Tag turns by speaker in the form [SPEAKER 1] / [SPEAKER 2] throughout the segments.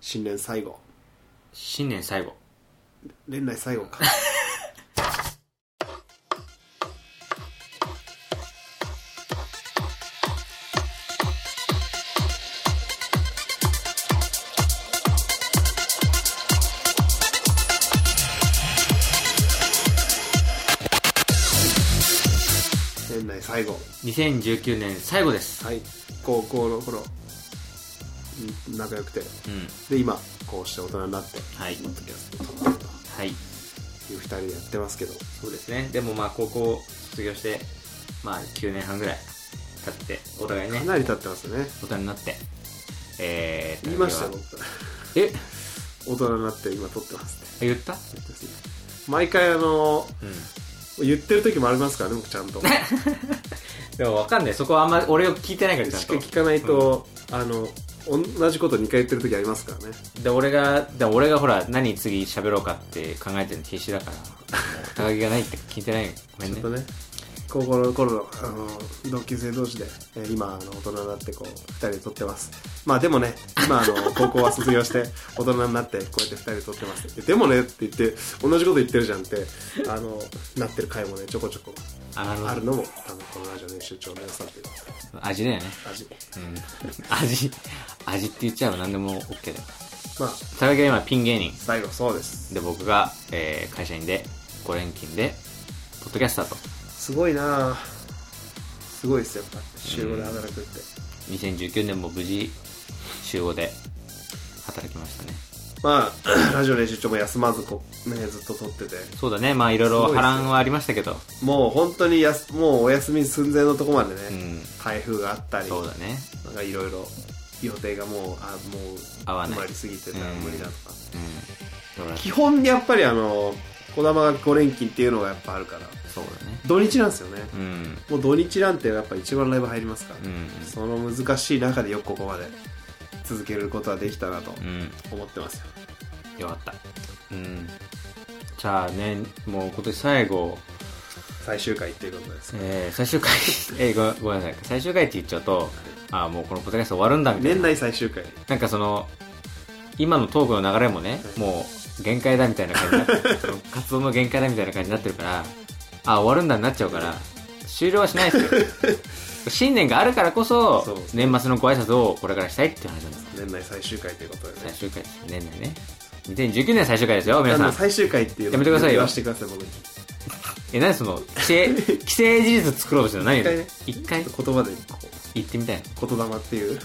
[SPEAKER 1] 新年最後
[SPEAKER 2] 新年最後
[SPEAKER 1] 年内最後か年内最後
[SPEAKER 2] 2019年最後です
[SPEAKER 1] はい高校の頃うん仲良くて
[SPEAKER 2] うん
[SPEAKER 1] で今こうして大人になって
[SPEAKER 2] はい
[SPEAKER 1] ポッドキャストを撮ってると
[SPEAKER 2] はい
[SPEAKER 1] いう2人でやってますけど
[SPEAKER 2] そうですねでもまあ高校を卒業してまあ9年半ぐらい経ってお互いね
[SPEAKER 1] かなり経ってますね
[SPEAKER 2] 大人になってえー
[SPEAKER 1] 言いましたよ
[SPEAKER 2] とえ
[SPEAKER 1] 大人になって今撮ってますって
[SPEAKER 2] 言った
[SPEAKER 1] 言ってますね毎回あの
[SPEAKER 2] うん
[SPEAKER 1] 言ってる時もありますからね僕ちゃん と
[SPEAKER 2] でもわかんないそこはあんま俺を聞いてないからちゃん
[SPEAKER 1] しか
[SPEAKER 2] と
[SPEAKER 1] 聞かないと、あの同じこと2回言ってる時ありますからね
[SPEAKER 2] で俺がで俺がほら何次喋ろうかって考えてるの必死だからもう高木がないって聞いてないよごめん
[SPEAKER 1] ちょっ
[SPEAKER 2] ね
[SPEAKER 1] とね高校の頃のあの同級生同士で、えー今あの大人になってこう2人で撮ってますまあでもね今あ の高校は卒業して大人になってこうやって2人で撮ってますででもねって言って同じこと言ってるじゃんってあのなってる回もねちょこちょこ
[SPEAKER 2] あなる
[SPEAKER 1] あ
[SPEAKER 2] ほ
[SPEAKER 1] る
[SPEAKER 2] ど
[SPEAKER 1] のも多分このラジオ練習長の良さという
[SPEAKER 2] 味だよね
[SPEAKER 1] 味
[SPEAKER 2] うん 味味って言っちゃえば何でも OK だよ
[SPEAKER 1] まあ
[SPEAKER 2] 高木は今ピン芸人
[SPEAKER 1] 最後そうです
[SPEAKER 2] で僕が、えー会社員で5連勤でポッドキャスターと
[SPEAKER 1] すごいなあすごいですよやっぱ週5で働くって、
[SPEAKER 2] 2019年も無事週5で働きましたね
[SPEAKER 1] まあ ラジオ練習長も休まずこうねずっと撮ってて
[SPEAKER 2] そうだねまあいろいろ
[SPEAKER 1] すごいです
[SPEAKER 2] 波
[SPEAKER 1] よ
[SPEAKER 2] 乱はありましたけど
[SPEAKER 1] もう本当にやすもうお休み寸前のとこまでね、
[SPEAKER 2] うん
[SPEAKER 1] 台風があったり
[SPEAKER 2] そうだね
[SPEAKER 1] なんかいろいろ予定がもうあもう
[SPEAKER 2] 合わない
[SPEAKER 1] 埋まりすぎてたら無理だとか、
[SPEAKER 2] うんだから
[SPEAKER 1] 基本やっぱりあの児玉が5連勤っていうのがやっぱあるから
[SPEAKER 2] そうだね
[SPEAKER 1] 土日なんですよね、
[SPEAKER 2] うん
[SPEAKER 1] もう土日なんてやっぱ一番ライブ入りますから、
[SPEAKER 2] うん
[SPEAKER 1] その難しい中でよくここまで続けることはできたなと
[SPEAKER 2] うん
[SPEAKER 1] 思ってますよ、
[SPEAKER 2] よかったうんじゃあねもう今年最後、
[SPEAKER 1] 最終回っていうことです、
[SPEAKER 2] えー、最終回 えーごごめんなさい最終回って言っちゃうとああもうこのポッドキャスト終わるんだみたい
[SPEAKER 1] 年
[SPEAKER 2] な
[SPEAKER 1] 内最終回
[SPEAKER 2] なんかその今のトークの流れもねもう限界だみたいな感じにな ってその活動の限界だみたいな感じになってるからあ終わるんだになっちゃうから終了はしないです よ新年があるからこそ
[SPEAKER 1] そうです
[SPEAKER 2] 年末のご挨拶をこれからしたいっていう話なんです
[SPEAKER 1] 年内最終回ということで
[SPEAKER 2] 最
[SPEAKER 1] ね
[SPEAKER 2] 終回です年内ね2019年最終回ですよ皆
[SPEAKER 1] あ
[SPEAKER 2] さ
[SPEAKER 1] の
[SPEAKER 2] ん
[SPEAKER 1] 最終回っていうの
[SPEAKER 2] やめてくださいよ
[SPEAKER 1] 言わせてください僕に
[SPEAKER 2] え、何その、規制、 規制事実作ろうとしてるの何
[SPEAKER 1] 一回ね
[SPEAKER 2] 一回
[SPEAKER 1] 言葉でこ
[SPEAKER 2] 言ってみたいな。
[SPEAKER 1] う言霊っていう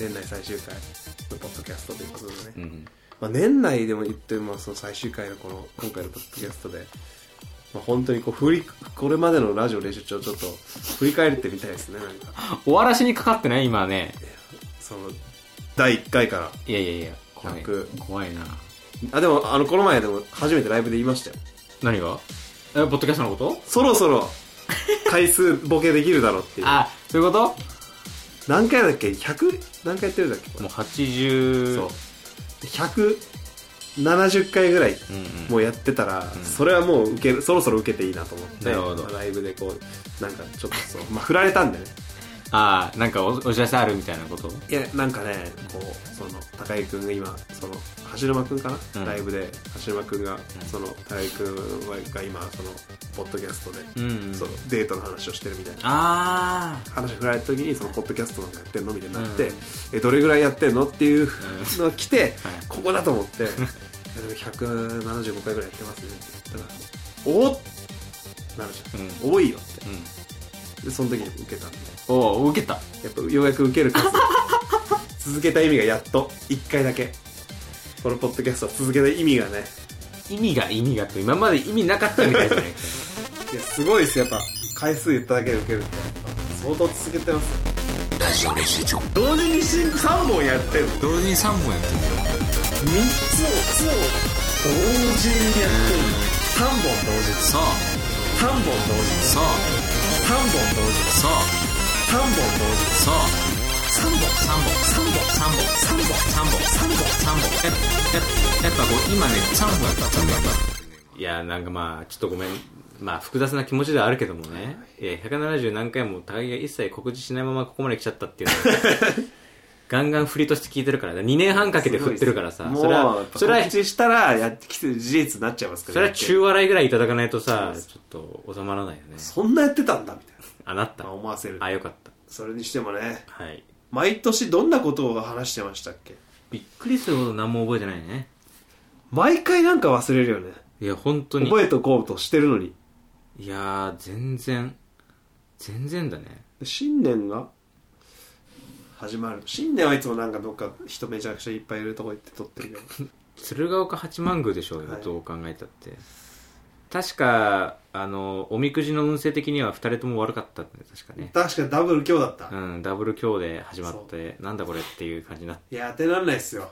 [SPEAKER 1] 年内最終回のポッドキャストということでね、
[SPEAKER 2] うん。
[SPEAKER 1] まあ、年内でも言ってもその最終回のこの今回のポッドキャストで、まあ、本当にこう振りこれまでのラジオ練習帳をちょっと振り返ってみたいですねなんか
[SPEAKER 2] 終わらしにかかってない今ね。
[SPEAKER 1] その第1回から
[SPEAKER 2] いやいやいや、怖い
[SPEAKER 1] 100。
[SPEAKER 2] 怖いな。
[SPEAKER 1] あでもあのこの前でも初めてライブで言いましたよ
[SPEAKER 2] 何がえ、ポッドキャストのこと
[SPEAKER 1] そろそろ回数ボケできるだろうっていう
[SPEAKER 2] あ、そういうこと
[SPEAKER 1] 何回だっけ100何回やってるんだっけこれ
[SPEAKER 2] もう80。
[SPEAKER 1] そう170回ぐらい
[SPEAKER 2] うんうん。
[SPEAKER 1] もうやってたら、
[SPEAKER 2] ん
[SPEAKER 1] それはもう受けるそろそろ受けていいなと思って
[SPEAKER 2] なるほど
[SPEAKER 1] まあライブでこうなんかちょっとそう まあ振られたんでね
[SPEAKER 2] あー、なんかおお知らせあるみたいなこと
[SPEAKER 1] いやなんかねこうその高井君が今その橋沼君かな、
[SPEAKER 2] うん
[SPEAKER 1] ライブで橋沼君が、その高井君が今そのポッドキャストで、
[SPEAKER 2] うんうん
[SPEAKER 1] そのデートの話をしてるみたいな
[SPEAKER 2] あ
[SPEAKER 1] 話振られた時にそのポッドキャストなんかやってんのみたいになって、
[SPEAKER 2] うん
[SPEAKER 1] えどれぐらいやってんのっていうのが来て、
[SPEAKER 2] はい
[SPEAKER 1] ここだと思 っていやでも175回ぐらいやってますねって言ったらおっなるじゃん、多いよって
[SPEAKER 2] ー。うん。
[SPEAKER 1] でその時に受けたんで
[SPEAKER 2] おお、受けた。
[SPEAKER 1] やっぱようやく受ける 数続けた意味がやっと1回だけこのポッドキャストを続けた意味がね
[SPEAKER 2] 意味が意味がって、今まで意味なかったみたいじゃ ない
[SPEAKER 1] いやすごいですやっぱ回数言っただけで受けるってやっぱ相当続けてますよ
[SPEAKER 3] ラジオ練習場
[SPEAKER 1] 同時に3本やってる
[SPEAKER 3] 同時に3本やってる
[SPEAKER 1] 3つを同時にやってる3本同時
[SPEAKER 3] そう
[SPEAKER 1] 3本同時
[SPEAKER 3] そう
[SPEAKER 1] 3本同時
[SPEAKER 3] そう
[SPEAKER 1] 3本同時
[SPEAKER 3] そう3本3本3本3本3本3本3本やっややっぱこう今ね3本やった3本やった
[SPEAKER 2] いや、なんかまあ、ちょっとごめん。まあ、複雑な気持ちではあるけどもね。えー、170何回も高木が一切告知しないままここまで来ちゃったっていうのは、 ガンガン振りとして聞いてるから、2年半かけて振ってるからさ、
[SPEAKER 1] もう、
[SPEAKER 2] それは、それは
[SPEAKER 1] 告知したら、やってきてる事実になっちゃいますから
[SPEAKER 2] それは中笑いぐらいいただかないとさ、
[SPEAKER 1] そうです
[SPEAKER 2] ちょっと収まらないよね。
[SPEAKER 1] そんなやってたんだ、みたい
[SPEAKER 2] あ、なった
[SPEAKER 1] な。。思わせる。
[SPEAKER 2] あ、よかった。
[SPEAKER 1] それにしてもね、
[SPEAKER 2] はい。
[SPEAKER 1] 毎年どんなことを話してましたっけ
[SPEAKER 2] びっくりするほど何も覚えてないね。
[SPEAKER 1] 毎回なんか忘れるよね。
[SPEAKER 2] いや、本当に。
[SPEAKER 1] 覚えとこうとしてるのに。
[SPEAKER 2] いやー、全然、全然だね。
[SPEAKER 1] で新年が始まる。新年はいつもなんかどっか人めちゃくちゃいっぱいいるとこ行って撮ってるけど。
[SPEAKER 2] 鶴岡八幡宮でしょうよ、
[SPEAKER 1] はい
[SPEAKER 2] どう考えたって。確か、あの、おみくじの運勢的には二人とも悪かったんだよ、確か ね。
[SPEAKER 1] 確かにダブル今日だった。
[SPEAKER 2] うん、ダブル強で始まって、なんだこれっていう感じになって。
[SPEAKER 1] いや、当てらんないっすよ。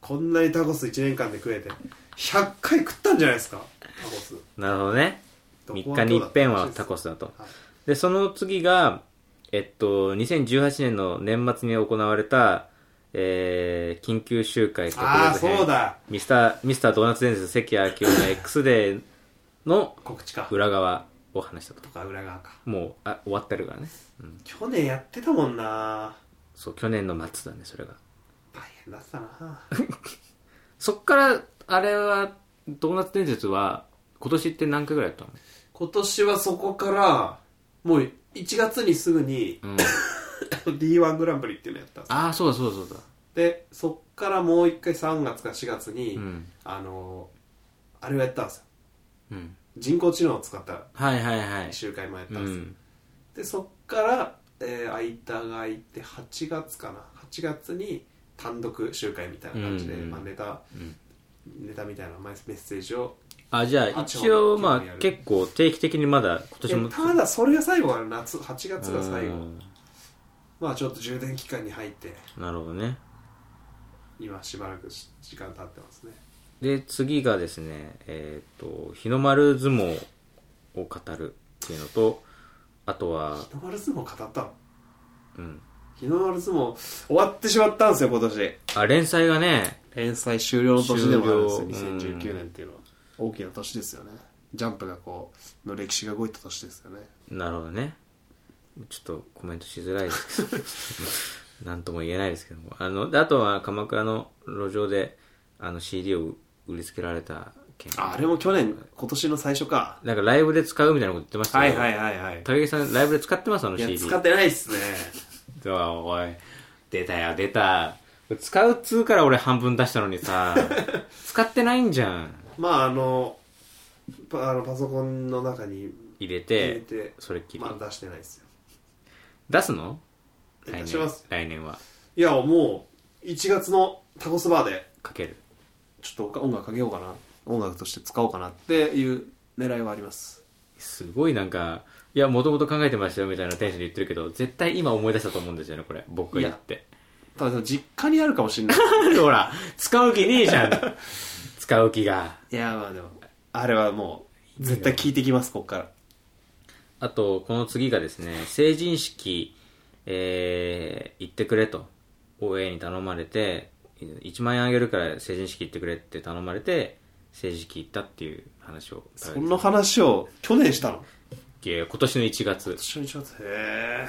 [SPEAKER 1] こんなにタコス1年間で食えて。100回食ったんじゃないですかタコス。
[SPEAKER 2] なるほどね。3日に一遍はタコスだと。
[SPEAKER 1] はい
[SPEAKER 2] で、その次が、えっと、2018年の年末に行われた、えー、緊急集会特別編
[SPEAKER 1] ああ、そうだ。
[SPEAKER 2] ミスター、ミスタードーナツ伝説関明夫の X デーの
[SPEAKER 1] 告知か。
[SPEAKER 2] 裏側を話したと
[SPEAKER 1] と。か裏側か。
[SPEAKER 2] もう、あ、終わってるからね。うん。
[SPEAKER 1] 去年やってたもんな
[SPEAKER 2] そう、去年の末だね、それが。
[SPEAKER 1] 大変だったな
[SPEAKER 2] そっから、あれは、ドーナツ伝説は、今年って何回ぐらいやったの
[SPEAKER 1] 今年はそこから、もう1月にすぐに
[SPEAKER 2] うん。
[SPEAKER 1] D1 グランプリっていうのやったんですよ
[SPEAKER 2] ああ、そうだそうだそうだ。
[SPEAKER 1] で、そっからもう一回3月か4月に、
[SPEAKER 2] うん。
[SPEAKER 1] あのー、あれをやったんですよ。
[SPEAKER 2] うん。
[SPEAKER 1] 人工知能を使った
[SPEAKER 2] はいはいはい。
[SPEAKER 1] 集会もやっ
[SPEAKER 2] う
[SPEAKER 1] たんですよ。
[SPEAKER 2] ん。
[SPEAKER 1] でそっから、えー、間が空いて8月かな8月に単独集会みたいな感じで、
[SPEAKER 2] うんうん
[SPEAKER 1] まあ、ネタ
[SPEAKER 2] うん
[SPEAKER 1] ネタみたいなまあメッセージを
[SPEAKER 2] あ、じゃあ
[SPEAKER 1] あ
[SPEAKER 2] 一応
[SPEAKER 1] 興
[SPEAKER 2] ま
[SPEAKER 1] 味あ
[SPEAKER 2] あ
[SPEAKER 1] る
[SPEAKER 2] 結構定期的にまだ今年も。
[SPEAKER 1] でただそれが最後が夏8月が最
[SPEAKER 2] う
[SPEAKER 1] 後
[SPEAKER 2] ん
[SPEAKER 1] まあちょっと充電期間に入って
[SPEAKER 2] なるほどね。
[SPEAKER 1] 今しばらくし時間経ってますね
[SPEAKER 2] で、次がですね、えっ、と、日の丸相撲を語るっていうのと、あとは、
[SPEAKER 1] 日の丸相撲語ったの
[SPEAKER 2] うん。
[SPEAKER 1] 日の丸相撲終わってしまったんですよ今年
[SPEAKER 2] あ、連載がね、
[SPEAKER 1] 連載終了の年でもあるんですよ
[SPEAKER 2] 終了
[SPEAKER 1] 2019年っていうのは大きな年ですよねジャンプがこうの歴史が動いた年ですよね
[SPEAKER 2] なるほどね。ちょっとコメントしづらいです けど、なんとも言えないですけども。あの、であとは鎌倉の路上で、あの CD を売りつけられた件。
[SPEAKER 1] ああれも去年今年の最初か
[SPEAKER 2] なんかライブで使うみたいなこと言ってました
[SPEAKER 1] は
[SPEAKER 2] け
[SPEAKER 1] い
[SPEAKER 2] ど
[SPEAKER 1] はいはいはい。
[SPEAKER 2] 高木さん、ライブで使ってますあの
[SPEAKER 1] い
[SPEAKER 2] CD。
[SPEAKER 1] や、使ってないっすね。
[SPEAKER 2] うわおい出たよ出た使うっつうから俺半分出したの にさ使ってないんじゃん
[SPEAKER 1] まあ、あの、パあのパソコンの中に
[SPEAKER 2] 入
[SPEAKER 1] 入れ
[SPEAKER 2] れて
[SPEAKER 1] て、
[SPEAKER 2] それっきり、
[SPEAKER 1] まあ出してないっすよ。
[SPEAKER 2] 出すの
[SPEAKER 1] え
[SPEAKER 2] 来
[SPEAKER 1] 出し
[SPEAKER 2] 年
[SPEAKER 1] ます
[SPEAKER 2] 来年はい
[SPEAKER 1] や、もう、1月のタコスバーで、
[SPEAKER 2] かける
[SPEAKER 1] ちょっと音楽かけようかな。音楽として使おうかなっていう狙いはあります。
[SPEAKER 2] すごいなんかいやもともと考えてましたよみたいなテンションで言ってるけど絶対今思い出したと思うんですよねこれ僕が言って
[SPEAKER 1] ただ、でも実家にあるかもしれ ない。
[SPEAKER 2] ほら使う気ねえ じゃん使う気が
[SPEAKER 1] いや、まあでも、あれはもう、絶対聞いてきます、こっから。
[SPEAKER 2] あと、この次がですね、成人式、えー、行ってくれと、OA に頼まれて、1万円あげるから成人式行ってくれって頼まれて、成人式行ったっていう話を。
[SPEAKER 1] そんな話を去年したの
[SPEAKER 2] いや今年の1月。
[SPEAKER 1] 一緒にしようぜへえ。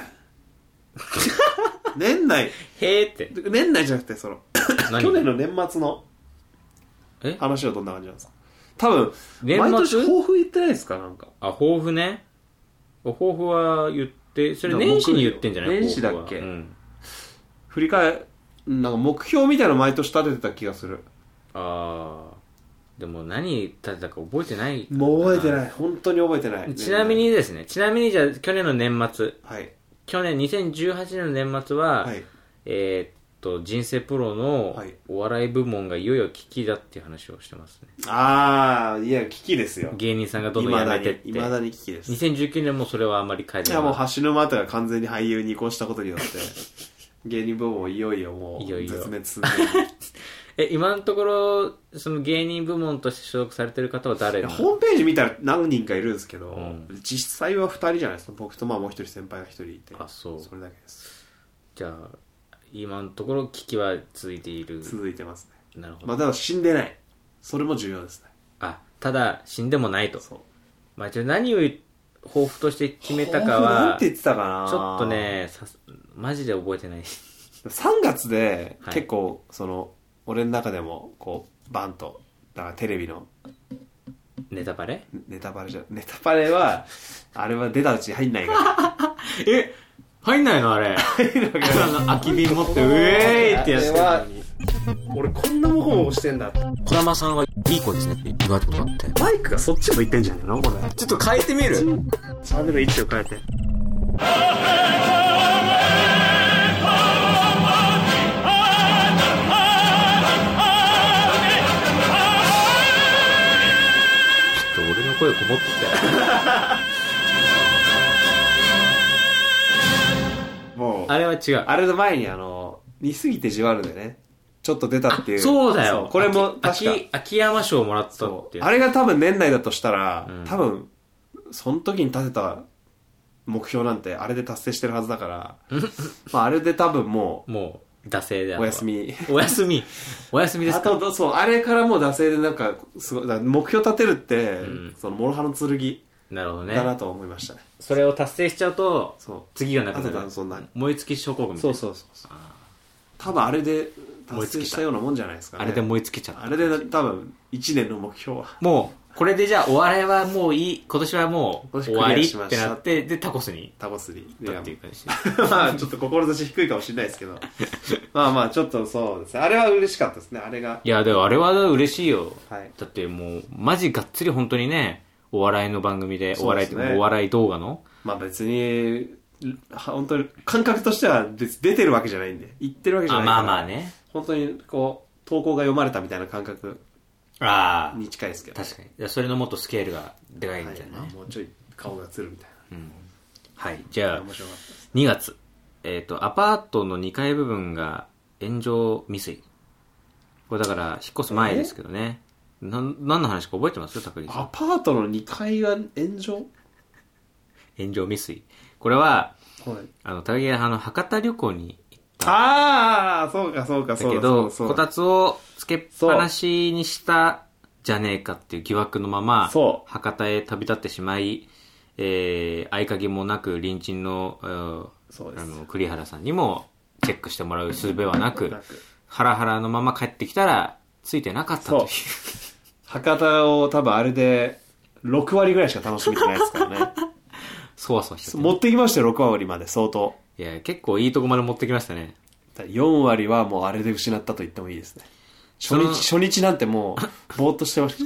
[SPEAKER 1] 年内、
[SPEAKER 2] へーって。
[SPEAKER 1] 年内じゃなくて、その、
[SPEAKER 2] 何
[SPEAKER 1] 去年の年末の
[SPEAKER 2] え
[SPEAKER 1] 話はどんな感じなんですか多分、
[SPEAKER 2] 年末
[SPEAKER 1] 毎年抱負言ってないですかなんか。
[SPEAKER 2] あ、抱負ね。お抱負は言って、それ年始に言ってんじゃない
[SPEAKER 1] 目標年始だっけ
[SPEAKER 2] 抱負はうん。
[SPEAKER 1] 振り返、なんか目標みたいなの毎年立ててた気がする。
[SPEAKER 2] あー。でも何立てたか覚えてないかな
[SPEAKER 1] もう覚えてない。本当に覚えてない。
[SPEAKER 2] ちなみにですね、ちなみにじゃあ去年の年末、
[SPEAKER 1] はい。
[SPEAKER 2] 去年2018年の年末は、
[SPEAKER 1] はい。
[SPEAKER 2] えーっと人生プロの
[SPEAKER 1] はい
[SPEAKER 2] お笑い部門がいよいよ危機だっていう話をしてますね
[SPEAKER 1] あー、いや、危機ですよ。
[SPEAKER 2] 芸人さんがどん
[SPEAKER 1] 未
[SPEAKER 2] どんや
[SPEAKER 1] だ
[SPEAKER 2] めてっ
[SPEAKER 1] に、
[SPEAKER 2] て
[SPEAKER 1] 未だに危機です。い
[SPEAKER 2] 2019年もそれはあまり変えて
[SPEAKER 1] や、もう
[SPEAKER 2] な
[SPEAKER 1] 橋沼とが完全に俳優に移行したこと によって、芸人部門をいよいよもう、
[SPEAKER 2] いよいよ
[SPEAKER 1] 絶滅する。い
[SPEAKER 2] いえ今のところその芸人部門として所属されてる方は誰
[SPEAKER 1] や
[SPEAKER 2] なの
[SPEAKER 1] ホームページ見たら何人かいるんですけど、
[SPEAKER 2] うん
[SPEAKER 1] 実際は2人じゃないですか。僕とまあもう1人先輩が1人いて。
[SPEAKER 2] あそう
[SPEAKER 1] それだけです。
[SPEAKER 2] じゃあ今のところ危機は続いている
[SPEAKER 1] 続いてますね。
[SPEAKER 2] なるほど、
[SPEAKER 1] まあ、ただ死んでない。それも重要ですね。
[SPEAKER 2] あただ死んでもないと
[SPEAKER 1] そう。
[SPEAKER 2] まあ、じゃあ何を抱負として決めたか
[SPEAKER 1] 抱負な
[SPEAKER 2] は
[SPEAKER 1] んて
[SPEAKER 2] ち
[SPEAKER 1] 言ってたかな
[SPEAKER 2] ょっと。ねさマジで覚えてない
[SPEAKER 1] 3月で
[SPEAKER 2] はい
[SPEAKER 1] 結構その俺の中でもこうバンとだからテレビの
[SPEAKER 2] ネタバレ
[SPEAKER 1] ネタバレじゃネタバレ はあれは出たうち入んないか
[SPEAKER 2] え入んないのあれ。あの、空き瓶持って、ウェーイってやつ。
[SPEAKER 1] ら俺こんなもごもごしてんだ
[SPEAKER 3] 小玉さんはいい子ですねって言われたことあって。
[SPEAKER 1] マイクがそっち向いてんじゃねえのこれ
[SPEAKER 3] ちょっと変えてみる
[SPEAKER 1] チャンネル位置を変えて
[SPEAKER 2] ちょっと俺の声こもって
[SPEAKER 1] もう
[SPEAKER 2] たよ。あれは違う。
[SPEAKER 1] あれの前にあの、似すぎてじわるでね、ちょっと出たっていう。
[SPEAKER 2] そうだよ
[SPEAKER 1] そ。これも確か
[SPEAKER 2] 秋、秋秋山賞もらったっ
[SPEAKER 1] そ
[SPEAKER 2] て
[SPEAKER 1] う
[SPEAKER 2] やつ
[SPEAKER 1] あれが多分年内だとしたら、
[SPEAKER 2] うん
[SPEAKER 1] 多分、その時に立てた目標なんてあれで達成してるはずだ から、まああれで多分も
[SPEAKER 2] もう、惰性であ
[SPEAKER 1] う、
[SPEAKER 2] と
[SPEAKER 1] お
[SPEAKER 2] は
[SPEAKER 1] 休。み。
[SPEAKER 2] お休み。お休みです
[SPEAKER 1] あ
[SPEAKER 2] か
[SPEAKER 1] とど、そう、あれからもう惰性でなんか、すごい、だから目標立てるって、
[SPEAKER 2] ん
[SPEAKER 1] その、諸刃の剣
[SPEAKER 2] なるほど
[SPEAKER 1] だな
[SPEAKER 2] ね。
[SPEAKER 1] と思いましたね。
[SPEAKER 2] それを達成しちゃうと、
[SPEAKER 1] そう。
[SPEAKER 2] 次がなく
[SPEAKER 1] あと
[SPEAKER 2] な
[SPEAKER 1] だ、
[SPEAKER 2] る。
[SPEAKER 1] そんな。
[SPEAKER 2] 燃え尽き症候群みたい
[SPEAKER 1] そう
[SPEAKER 2] な。
[SPEAKER 1] そうそうそう。多分あれで
[SPEAKER 2] 燃え
[SPEAKER 1] 達
[SPEAKER 2] 尽
[SPEAKER 1] 成
[SPEAKER 2] きた
[SPEAKER 1] したようなもんじゃないですかね。
[SPEAKER 2] あれで燃え尽きちゃった
[SPEAKER 1] あ。れで多分、1年の目標は。
[SPEAKER 2] もう、これでじゃあ、お笑いはもういい、今年はもう
[SPEAKER 1] 今年
[SPEAKER 2] 終わ
[SPEAKER 1] ク
[SPEAKER 2] りっ
[SPEAKER 1] リアしま
[SPEAKER 2] て
[SPEAKER 1] した
[SPEAKER 2] なって、で、タコスに
[SPEAKER 1] タコスに。
[SPEAKER 2] 行ったっていう感じ。
[SPEAKER 1] まあ、ちょっと志低いかもしれないですけ ど。まあまあ、ちょっとそうですね。あれは嬉しかったですね、あれが。
[SPEAKER 2] いや、でもあれは嬉しいよ。
[SPEAKER 1] はい
[SPEAKER 2] だってもう、マジがっつり本当にね、お笑いの番組で、お
[SPEAKER 1] そう
[SPEAKER 2] 笑い
[SPEAKER 1] で
[SPEAKER 2] っ
[SPEAKER 1] す
[SPEAKER 2] て、
[SPEAKER 1] ね
[SPEAKER 2] お笑い動画の、
[SPEAKER 1] まあ別に、は本当に、感覚としては別出てるわけじゃないんで、言ってるわけじゃ
[SPEAKER 2] あ、
[SPEAKER 1] ないから。
[SPEAKER 2] まあまあ。ね。
[SPEAKER 1] 本当に、こう、投稿が読まれたみたいな感覚
[SPEAKER 2] あ
[SPEAKER 1] に近いですけ
[SPEAKER 2] あ、
[SPEAKER 1] ど。
[SPEAKER 2] 確かに。いやそれのもっとスケールがでかいみ
[SPEAKER 1] は
[SPEAKER 2] たい
[SPEAKER 1] い。
[SPEAKER 2] な
[SPEAKER 1] まあ
[SPEAKER 2] ね。
[SPEAKER 1] もうちょい顔がつるみたい
[SPEAKER 2] はい。じゃ
[SPEAKER 1] な。
[SPEAKER 2] あ、
[SPEAKER 1] 面白かったです。
[SPEAKER 2] 2月。えっ、と、アパートの2階部分が炎上未遂。これだから、引っ越す前ですけどね。なん、何の話か覚えてますたくりさん
[SPEAKER 1] ア。パートの2階が炎上
[SPEAKER 2] 炎上未遂。これは、
[SPEAKER 1] はい。
[SPEAKER 2] あの、高木があの、博多旅行に行っ
[SPEAKER 1] ああ、そうかそうか
[SPEAKER 2] た
[SPEAKER 1] そう
[SPEAKER 2] け
[SPEAKER 1] だ
[SPEAKER 2] ど、
[SPEAKER 1] そう
[SPEAKER 2] こ
[SPEAKER 1] だ
[SPEAKER 2] たつをつけっぱなしにしたじゃねえかっていう疑惑のまま、
[SPEAKER 1] そ
[SPEAKER 2] 博多へ旅立ってしまい、えー、合鍵もなく隣人の、うん
[SPEAKER 1] そうです
[SPEAKER 2] あの、栗原さんにもチェックしてもらう術はなく
[SPEAKER 1] な、く
[SPEAKER 2] ハラハラのまま帰ってきたら、ついてなかったという。
[SPEAKER 1] 博多を多分あれで6割ぐらいしか楽しめてないです からね
[SPEAKER 2] そわそわしてて
[SPEAKER 1] 持ってきましたよ6割まで相当
[SPEAKER 2] いや、結構いいとこまで持ってきましたね。
[SPEAKER 1] 4割はもうあれで失ったと言ってもいいですね初
[SPEAKER 2] の
[SPEAKER 1] 日初日なんてもうぼーっとしてまし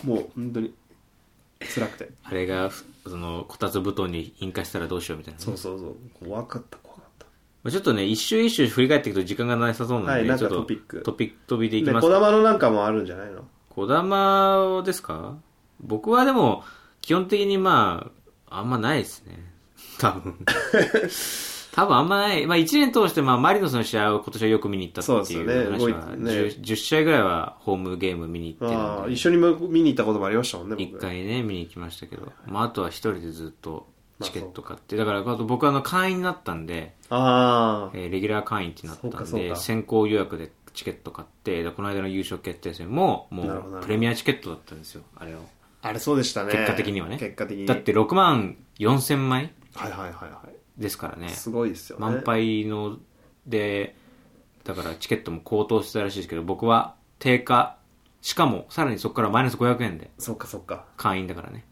[SPEAKER 1] た もう本当に辛くて
[SPEAKER 2] あれが、ふその、こたつ布団に引火したらどうしようみたいなね。
[SPEAKER 1] そうそうそう怖かった怖かった
[SPEAKER 2] まあちょっとね、一周一周振り返っていくと時間がなさそうなの
[SPEAKER 1] はい
[SPEAKER 2] で、
[SPEAKER 1] なん
[SPEAKER 2] ちょ
[SPEAKER 1] か
[SPEAKER 2] っと
[SPEAKER 1] トピック
[SPEAKER 2] トピック飛びでいき
[SPEAKER 1] で
[SPEAKER 2] ま
[SPEAKER 1] こ
[SPEAKER 2] すか。
[SPEAKER 1] 玉のなんかもあるんじゃないの
[SPEAKER 2] こだまですか僕はでも、基本的にまあ、あんまないですね。 多分。多分あんまない。まあ一年通して、まあマリノスの試合を今年はよく見に行ったってい
[SPEAKER 1] そうです
[SPEAKER 2] う
[SPEAKER 1] よね
[SPEAKER 2] 話は、
[SPEAKER 1] 動いてね
[SPEAKER 2] 10, 10試合ぐらいはホームゲーム見に行ってる
[SPEAKER 1] あ
[SPEAKER 2] ん
[SPEAKER 1] あ
[SPEAKER 2] で
[SPEAKER 1] 一、緒に見に行ったこともありましたもんね
[SPEAKER 2] 一
[SPEAKER 1] 僕
[SPEAKER 2] 回ね、見に行きましたけど、まああとは一人でずっとチケット買って、だからあと僕はあの会員になったんで、
[SPEAKER 1] ああ
[SPEAKER 2] えーレギュラー会員ってなった
[SPEAKER 1] そうんかそう
[SPEAKER 2] で、
[SPEAKER 1] か
[SPEAKER 2] 先行予約でチケット買って、でこの間の優勝決定戦も、も
[SPEAKER 1] なるほどなるほ
[SPEAKER 2] う
[SPEAKER 1] ど
[SPEAKER 2] プレミアチケットだったんですよ、あれを。
[SPEAKER 1] あれそうでしたね
[SPEAKER 2] 結果的にはね。
[SPEAKER 1] 結果的に
[SPEAKER 2] だって6万4千枚
[SPEAKER 1] はいはいはいは
[SPEAKER 2] ですからね
[SPEAKER 1] い。すごいですよね
[SPEAKER 2] 満杯の、で、だからチケットも高騰してたらしいですけど、僕は定価、しかも、さらにそこからマイナス500円で
[SPEAKER 1] そっかそっか
[SPEAKER 2] 会員だからね。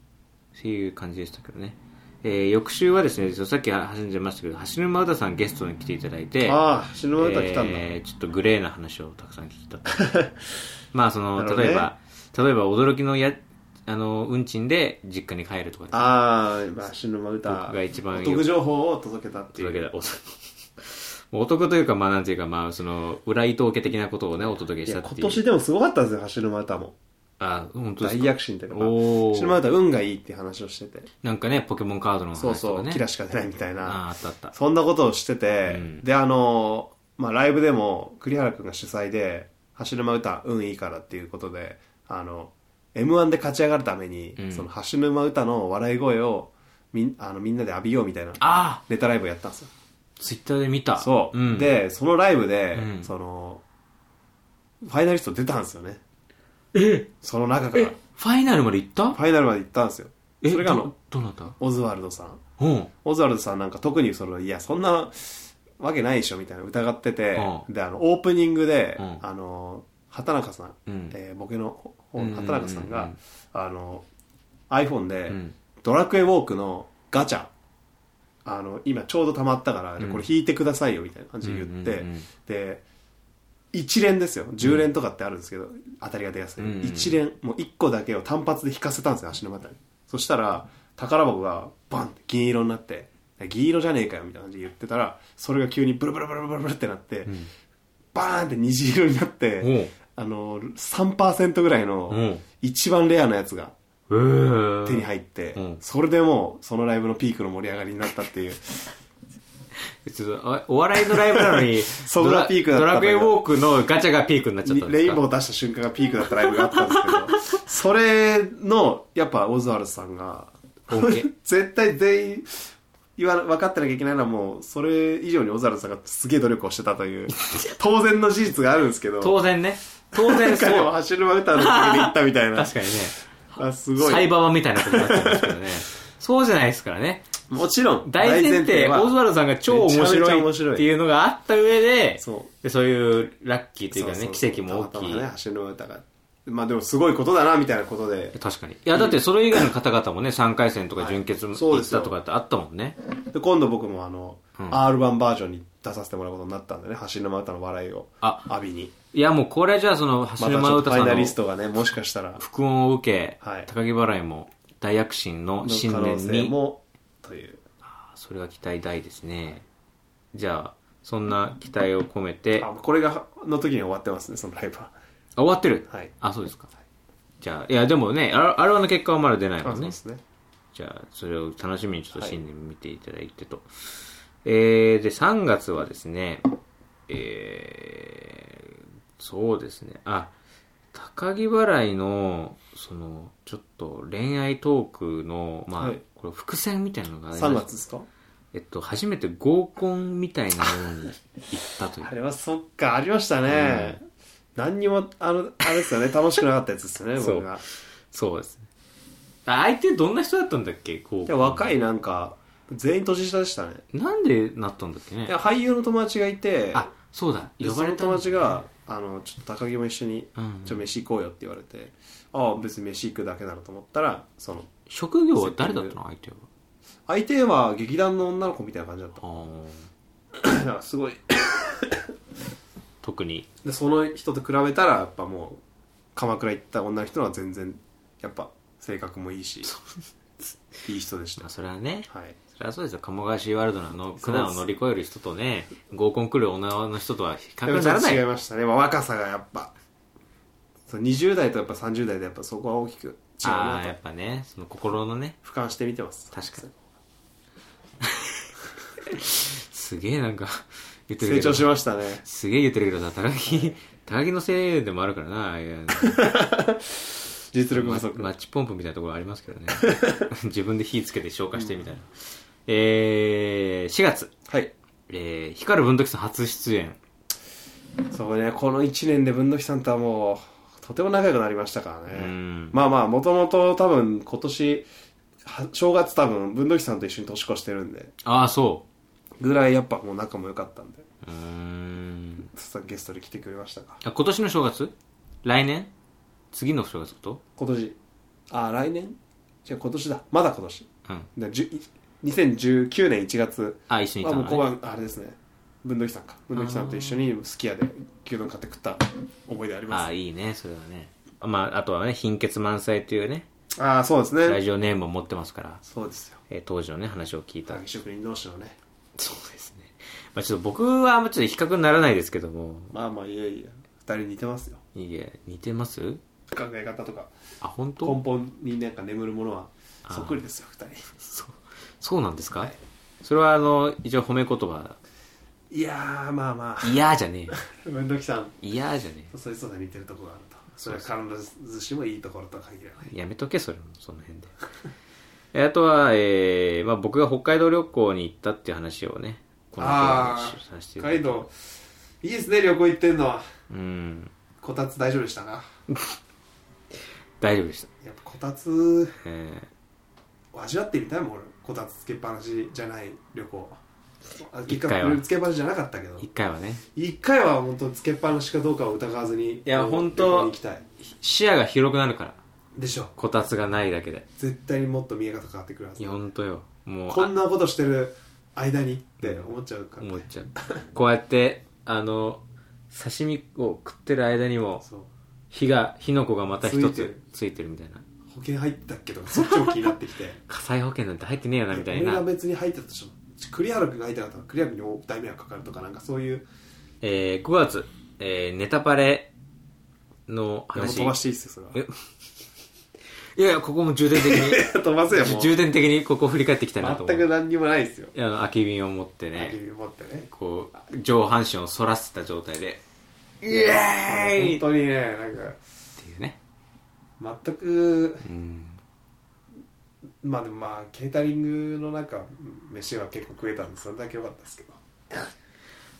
[SPEAKER 2] っていう感じでしたけどね。えー翌週はですね、さっき話に出ましたけど、橋沼歌さんゲストに来ていただいて、
[SPEAKER 1] ああ死ぬ歌来たんだ、
[SPEAKER 2] えーちょっとグレーな話をたくさん聞いた まあその、
[SPEAKER 1] なるほどね
[SPEAKER 2] 例えば例えば驚きのやあの運賃で実家に帰るとかっ
[SPEAKER 1] ああ、まあ、死ぬ間歌。
[SPEAKER 2] 僕が一番
[SPEAKER 1] お
[SPEAKER 2] よ
[SPEAKER 1] 得情報を届けたってて
[SPEAKER 2] いう
[SPEAKER 1] い
[SPEAKER 2] わけ
[SPEAKER 1] う。
[SPEAKER 2] でお もうお得というかまあなんていうかまあその裏伊藤家的なことをねお届け
[SPEAKER 1] い
[SPEAKER 2] し
[SPEAKER 1] や、
[SPEAKER 2] たってい
[SPEAKER 1] 今
[SPEAKER 2] う
[SPEAKER 1] 年でもすごかったんですよ、走る間歌も。
[SPEAKER 2] あ本当です
[SPEAKER 1] 大
[SPEAKER 2] か
[SPEAKER 1] 躍進というか、
[SPEAKER 2] おー
[SPEAKER 1] 走る間歌運がいいって話をしてて。
[SPEAKER 2] なんかねポケモンカードの話と
[SPEAKER 1] そ
[SPEAKER 2] か
[SPEAKER 1] う
[SPEAKER 2] ね
[SPEAKER 1] そう、キラしか出ないみたい
[SPEAKER 2] ああ
[SPEAKER 1] な。
[SPEAKER 2] あったあった
[SPEAKER 1] そんなことをしてて、
[SPEAKER 2] うん
[SPEAKER 1] で、あのー、まあ、ライブでも、栗原くんが主催で、走る間歌、運いいからっていうことで、あの、M1 で勝ち上がるために、
[SPEAKER 2] うん
[SPEAKER 1] その、走る間歌の笑い声を、みん、あの、みんなで浴びようみたいな、
[SPEAKER 2] ああ
[SPEAKER 1] ネタライブをやったんですよ。
[SPEAKER 2] ツイッターで見た
[SPEAKER 1] そう、
[SPEAKER 2] ん、
[SPEAKER 1] でそのライブで、
[SPEAKER 2] うん
[SPEAKER 1] そのファイナリスト出たんですよね
[SPEAKER 2] え
[SPEAKER 1] その中から
[SPEAKER 2] え
[SPEAKER 1] フ
[SPEAKER 2] ファイナルまで行った
[SPEAKER 1] ァイナルまで行ったんですよ
[SPEAKER 2] え
[SPEAKER 1] それがあの
[SPEAKER 2] どどなた
[SPEAKER 1] オズワルドさん
[SPEAKER 2] うん
[SPEAKER 1] オズワルドさんなんか特にそのいやそんなわけないでしょみたいな疑ってて、
[SPEAKER 2] う
[SPEAKER 1] で、あの、オープニングで、
[SPEAKER 2] うん
[SPEAKER 1] あの、畑中さん、
[SPEAKER 2] うん
[SPEAKER 1] えーボケの方の畑中さんが、
[SPEAKER 2] うんうん
[SPEAKER 1] あの、iPhone で、
[SPEAKER 2] うん
[SPEAKER 1] ドラクエウォークのガチャ、あの、今ちょうど溜まったから、で
[SPEAKER 2] うん
[SPEAKER 1] これ引いてくださいよみたいな感じで言って、
[SPEAKER 2] うんうんうん
[SPEAKER 1] で、一連ですよ。10連とかってあるんですけど、当たりが出やすい。
[SPEAKER 2] うんうん
[SPEAKER 1] 一連、もう一個だけを単発で引かせたんですよ、足の股に。そしたら、宝箱がバンって銀色になって、銀色じゃねえかよみたいな感じで言ってたら、それが急にブルブルブルブルブルってなって、バーンって虹色になって、
[SPEAKER 2] おう
[SPEAKER 1] あの、3%ぐらいの
[SPEAKER 2] ん
[SPEAKER 1] 一番レアなやつが
[SPEAKER 2] えー
[SPEAKER 1] 手に入って、
[SPEAKER 2] うん
[SPEAKER 1] それでもうそのライブのピークの盛り上がりになったっていう、
[SPEAKER 2] ちょっとあお笑いのライブなのに、
[SPEAKER 1] そこがピークだった
[SPEAKER 2] ドラ
[SPEAKER 1] んだ
[SPEAKER 2] ド
[SPEAKER 1] けど
[SPEAKER 2] ラクエウォークのガチャがピークになっちゃったんですか
[SPEAKER 1] レインボーを出した瞬間がピークだったライブがあったんですけど、それの、やっぱオズワルドさんが、
[SPEAKER 2] 恩恵
[SPEAKER 1] 絶対全員言わ、分かってなきゃいけないのはもう、それ以上にオズワルドさんがすげえ努力をしてたと いう、当然の事実があるんですけど、
[SPEAKER 2] 当然ね。当然そ
[SPEAKER 1] 彼も
[SPEAKER 2] う。
[SPEAKER 1] 走る歌の時に行ったみた いな。
[SPEAKER 2] 確かにね。
[SPEAKER 1] あすご
[SPEAKER 2] サイ
[SPEAKER 1] い。
[SPEAKER 2] バーマンみたいなことになっちゃうんですけど ね。そうじゃないですからね。
[SPEAKER 1] もちろん、
[SPEAKER 2] 大前提、
[SPEAKER 1] は
[SPEAKER 2] オズワルドさんが超面
[SPEAKER 1] めちゃめちゃ
[SPEAKER 2] 白
[SPEAKER 1] 面
[SPEAKER 2] い
[SPEAKER 1] 白い
[SPEAKER 2] っていうのがあった上で、
[SPEAKER 1] そう
[SPEAKER 2] でそういうラッキーというかね、
[SPEAKER 1] そうそう
[SPEAKER 2] 奇跡も大
[SPEAKER 1] たま
[SPEAKER 2] き
[SPEAKER 1] た
[SPEAKER 2] い。
[SPEAKER 1] まね、走る歌が。まあでもすごいことだな、みたいなことで。
[SPEAKER 2] 確かに。いや、だってそれ以外の方々もね、3回戦とか準決も
[SPEAKER 1] いそう
[SPEAKER 2] 行
[SPEAKER 1] で
[SPEAKER 2] っ
[SPEAKER 1] すよ
[SPEAKER 2] たとかってあったもんね。
[SPEAKER 1] で今度僕もあの、
[SPEAKER 2] うん
[SPEAKER 1] R1 バージョンに出させてもらうことになったんでね橋沼歌の笑いを
[SPEAKER 2] あ
[SPEAKER 1] 阿ビに
[SPEAKER 2] いや、もうこれじゃあその、橋
[SPEAKER 1] またち
[SPEAKER 2] 沼
[SPEAKER 1] ょっと
[SPEAKER 2] 歌
[SPEAKER 1] フ
[SPEAKER 2] さ
[SPEAKER 1] ァ
[SPEAKER 2] ん
[SPEAKER 1] イナリ
[SPEAKER 2] の
[SPEAKER 1] ストがねもしかしたら
[SPEAKER 2] 副音を受け、
[SPEAKER 1] はい
[SPEAKER 2] 高木払いも大躍進の
[SPEAKER 1] の
[SPEAKER 2] 新
[SPEAKER 1] 可能
[SPEAKER 2] 年
[SPEAKER 1] 性
[SPEAKER 2] に、
[SPEAKER 1] もという
[SPEAKER 2] それは期待大ですね。じゃあ、そんな期待を込めて、
[SPEAKER 1] あ
[SPEAKER 2] あ
[SPEAKER 1] これがの時には終わってますねそのライブは
[SPEAKER 2] 終わってる、
[SPEAKER 1] はい
[SPEAKER 2] あ、そうですか。じゃあ、いや、でもね、あれはの結果はまだ出ない
[SPEAKER 1] あ
[SPEAKER 2] もん
[SPEAKER 1] そう
[SPEAKER 2] ね
[SPEAKER 1] で。すね
[SPEAKER 2] じゃあ、それを楽しみにちょっと
[SPEAKER 1] はい
[SPEAKER 2] 新年見ていただいてと。えー、で、3月はですね、えー、そうですね、あ、高木払いの、その、ちょっと恋愛トークの、まあ、
[SPEAKER 1] はい
[SPEAKER 2] これ伏線みたいなのがありま
[SPEAKER 1] 3
[SPEAKER 2] す
[SPEAKER 1] 月ですか
[SPEAKER 2] えっと、初めて合コンみたいなものに行ったという
[SPEAKER 1] あ。れはそっかありましたね、何にもあのあれですよね楽しくなかったやつですよね
[SPEAKER 2] そう
[SPEAKER 1] 僕が
[SPEAKER 2] そうですね。あ相手どんな人だったんだっけ合コン。
[SPEAKER 1] で若いなんか全員年下でしたね
[SPEAKER 2] なんでなったんだっけね
[SPEAKER 1] いや俳優の友達がいて
[SPEAKER 2] あ、そうだ、
[SPEAKER 1] で
[SPEAKER 2] 呼
[SPEAKER 1] そ
[SPEAKER 2] ばれ
[SPEAKER 1] の
[SPEAKER 2] たん
[SPEAKER 1] 友
[SPEAKER 2] だ
[SPEAKER 1] 達があのちょっと高木も一緒に、
[SPEAKER 2] うん
[SPEAKER 1] ちょっと飯行こうよって言われてああ別に飯行くだけなのと思ったらその
[SPEAKER 2] 職業は誰だったの相手は。
[SPEAKER 1] 相手は劇団の女の子みたいな感じだっ
[SPEAKER 2] あー
[SPEAKER 1] ただからすごい
[SPEAKER 2] 特に。
[SPEAKER 1] でその人と比べたらやっぱもう鎌倉行った女の人は全然やっぱ性格もいいしいい人でし
[SPEAKER 2] ま
[SPEAKER 1] た
[SPEAKER 2] あ、それはね。
[SPEAKER 1] はい
[SPEAKER 2] それはそうですよ。鴨川シーワールドのあの苦難を乗り越える人とね、合コン来る女の人とは比
[SPEAKER 1] で
[SPEAKER 2] 較
[SPEAKER 1] も
[SPEAKER 2] に
[SPEAKER 1] ち
[SPEAKER 2] な
[SPEAKER 1] ょ
[SPEAKER 2] ら
[SPEAKER 1] っと
[SPEAKER 2] ない。
[SPEAKER 1] 違い
[SPEAKER 2] あ
[SPEAKER 1] ましたねまあ若さがやっぱそう20代とやっぱ30代でやっぱそこは大きく違う
[SPEAKER 2] あ
[SPEAKER 1] な
[SPEAKER 2] ー、や
[SPEAKER 1] と
[SPEAKER 2] っぱね、その心のね、
[SPEAKER 1] 俯瞰してみてます
[SPEAKER 2] 確かに。すげえなんか、 言ってる
[SPEAKER 1] 成
[SPEAKER 2] けど
[SPEAKER 1] 長しましたね
[SPEAKER 2] すげえ言ってるけどさ、高木、 高木のせいでもあるからな、いや
[SPEAKER 1] 実力不
[SPEAKER 2] マ
[SPEAKER 1] 足
[SPEAKER 2] マッチポンプみたいなところありますけどね。自分で火つけて消化してみたいな。えー、4月、
[SPEAKER 1] はい
[SPEAKER 2] えー、光る文時さん初出演。
[SPEAKER 1] そうね、この1年で文土器さんとはもう、とても仲良くなりましたから
[SPEAKER 2] う
[SPEAKER 1] ね
[SPEAKER 2] ん。
[SPEAKER 1] まあまあ、もともと多分今年、は正月多分文土器さんと一緒に年越してるんで、
[SPEAKER 2] ああ、そ
[SPEAKER 1] ぐらいやっぱもう仲も良かったんで、
[SPEAKER 2] う。うーん。
[SPEAKER 1] さゲストで来てくれましたか。
[SPEAKER 2] あ今年の正月来年次の正月こと
[SPEAKER 1] 今年、あ、来年じゃ今年だ。まだ今年。
[SPEAKER 2] うん。
[SPEAKER 1] だじゅ2019年1月
[SPEAKER 2] あ、一緒にい
[SPEAKER 1] は
[SPEAKER 2] た
[SPEAKER 1] も
[SPEAKER 2] の、
[SPEAKER 1] う
[SPEAKER 2] ね。
[SPEAKER 1] 後半、あれですね、文土器さんか。文土器さんと一緒にすき家で牛丼買って食った思い出あり
[SPEAKER 2] あ
[SPEAKER 1] ま
[SPEAKER 2] あ、いいね、それはね。あまあ、あとはね、貧血満載というね、
[SPEAKER 1] す。ああ、そうです
[SPEAKER 2] ラ
[SPEAKER 1] ね。
[SPEAKER 2] ジオネームを持ってますから、
[SPEAKER 1] そうですよ。
[SPEAKER 2] えー当時のね、話を聞いた。
[SPEAKER 1] 竹職人同士のね。
[SPEAKER 2] そうですね。まあ、ちょっと僕はあんまちょっと比較にならないですけども、
[SPEAKER 1] まあまあいやいや二人似てますよ
[SPEAKER 2] いえ、似てます
[SPEAKER 1] 考え方とか
[SPEAKER 2] あ、本
[SPEAKER 1] 根
[SPEAKER 2] 当
[SPEAKER 1] 本になんか眠るものはそっくりですよ二人
[SPEAKER 2] そう、そうなんですか、それはあの、一応褒め言葉、
[SPEAKER 1] いやーまあまあ
[SPEAKER 2] いやーじゃね
[SPEAKER 1] 文土器さん
[SPEAKER 2] え。いやーじゃね
[SPEAKER 1] とそれぞれ似てるところがあるとそれは必ずしもいいところとは限らない
[SPEAKER 2] え。やめとけ、それも、その辺で。 えあとは、えー、まあ僕が北海道旅行に行ったっていう話をね、この後
[SPEAKER 1] あ
[SPEAKER 2] させ
[SPEAKER 1] ー
[SPEAKER 2] てい
[SPEAKER 1] 北
[SPEAKER 2] だき
[SPEAKER 1] 海道いいですね旅行行ってんのは
[SPEAKER 2] うん。
[SPEAKER 1] こたつ大丈夫でしたか
[SPEAKER 2] 大丈夫でした。
[SPEAKER 1] やっぱこたつ
[SPEAKER 2] え
[SPEAKER 1] を味わってみたいもん俺こたつつけっぱなしじゃない旅行
[SPEAKER 2] ー、
[SPEAKER 1] あ
[SPEAKER 2] 一
[SPEAKER 1] 一
[SPEAKER 2] 回
[SPEAKER 1] 回
[SPEAKER 2] は
[SPEAKER 1] つけっぱなしじゃなかったけど
[SPEAKER 2] 一回はね
[SPEAKER 1] 一回は本当つけっぱなしかどうかを疑わずにい
[SPEAKER 2] や本当
[SPEAKER 1] 行きたい
[SPEAKER 2] 視野が広くなるから
[SPEAKER 1] でしょ
[SPEAKER 2] こたつがないだけで
[SPEAKER 1] 絶対にもっと見え方変わってくるはず
[SPEAKER 2] いやほんとよもう
[SPEAKER 1] こんなことしてる間にって思っちゃうから、
[SPEAKER 2] 思っちゃうこうやってあの刺身を食ってる間にも
[SPEAKER 1] そう
[SPEAKER 2] 火が火の粉がまた一
[SPEAKER 1] ついて
[SPEAKER 2] つ
[SPEAKER 1] る
[SPEAKER 2] ついてるみたいな
[SPEAKER 1] 保険入ったっけとかそっちも気になってきて
[SPEAKER 2] 火災保険なんて入ってねえ よなみたい
[SPEAKER 1] 俺が
[SPEAKER 2] な
[SPEAKER 1] 別に入ってたとしても栗原君が入ってなかったら栗原君に大迷惑かかるとかなんかそういう
[SPEAKER 2] えー、5月、えー、ネタパレ
[SPEAKER 1] い
[SPEAKER 2] の
[SPEAKER 1] やもう
[SPEAKER 2] 話
[SPEAKER 1] 飛ばしていいっすよそれは
[SPEAKER 2] いやいやここも重点的に
[SPEAKER 1] 飛ばせよも
[SPEAKER 2] 重点的にここ振り返っていきたいなと
[SPEAKER 1] う
[SPEAKER 2] 思
[SPEAKER 1] 全く
[SPEAKER 2] う
[SPEAKER 1] 何にもないっすよ
[SPEAKER 2] あの空き瓶を持って
[SPEAKER 1] ね
[SPEAKER 2] ね
[SPEAKER 1] 持ってね
[SPEAKER 2] こう上半身を反らせた状態でイエーイっ
[SPEAKER 1] 本当にねなんか
[SPEAKER 2] ていうね
[SPEAKER 1] 全く
[SPEAKER 2] うん
[SPEAKER 1] まあでもまあケータリングの中飯は結構食えたんでそれだけ良かったですけど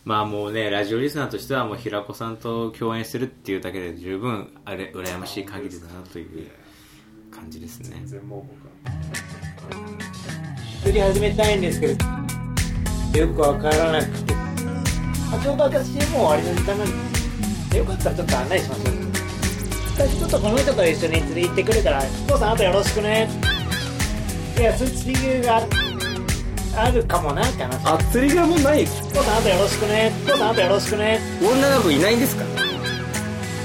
[SPEAKER 2] まあもうねラジオリスナーとしてはもう平子さんと共演するっていうだけで十分あれ羨ましい限りだなという感じですね
[SPEAKER 1] 全然もう僕は
[SPEAKER 4] 釣り始めたいんですけどよくわからなくてあちょうど私もう終わりの時間なんですよかったらちょっと案内しましょう私ちょっとこの人と一緒に釣り行ってくるから父さんあとよろしくねいや釣り具があるかもなって話
[SPEAKER 2] あ釣りがもうない
[SPEAKER 4] 父さんあとよろしくね父さんあとよろしくね
[SPEAKER 2] 女の子いないんですか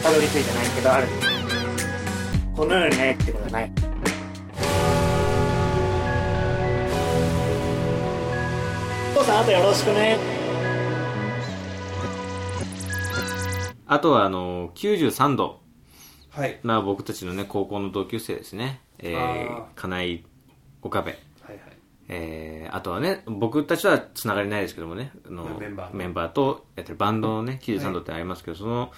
[SPEAKER 4] たどり着いてないけどあるこの世にないってことはない父さんあとよろしくね
[SPEAKER 2] あとはあの93度
[SPEAKER 1] はい
[SPEAKER 2] まあ僕たちのね高校の同級生ですねえー
[SPEAKER 1] あ、
[SPEAKER 2] 金井岡部
[SPEAKER 1] はいはい
[SPEAKER 2] えー、あとはね僕たちはつながりないですけどもねあの
[SPEAKER 1] メンバー
[SPEAKER 2] メンバーとやってるバンドのね93度ってありますけど、その、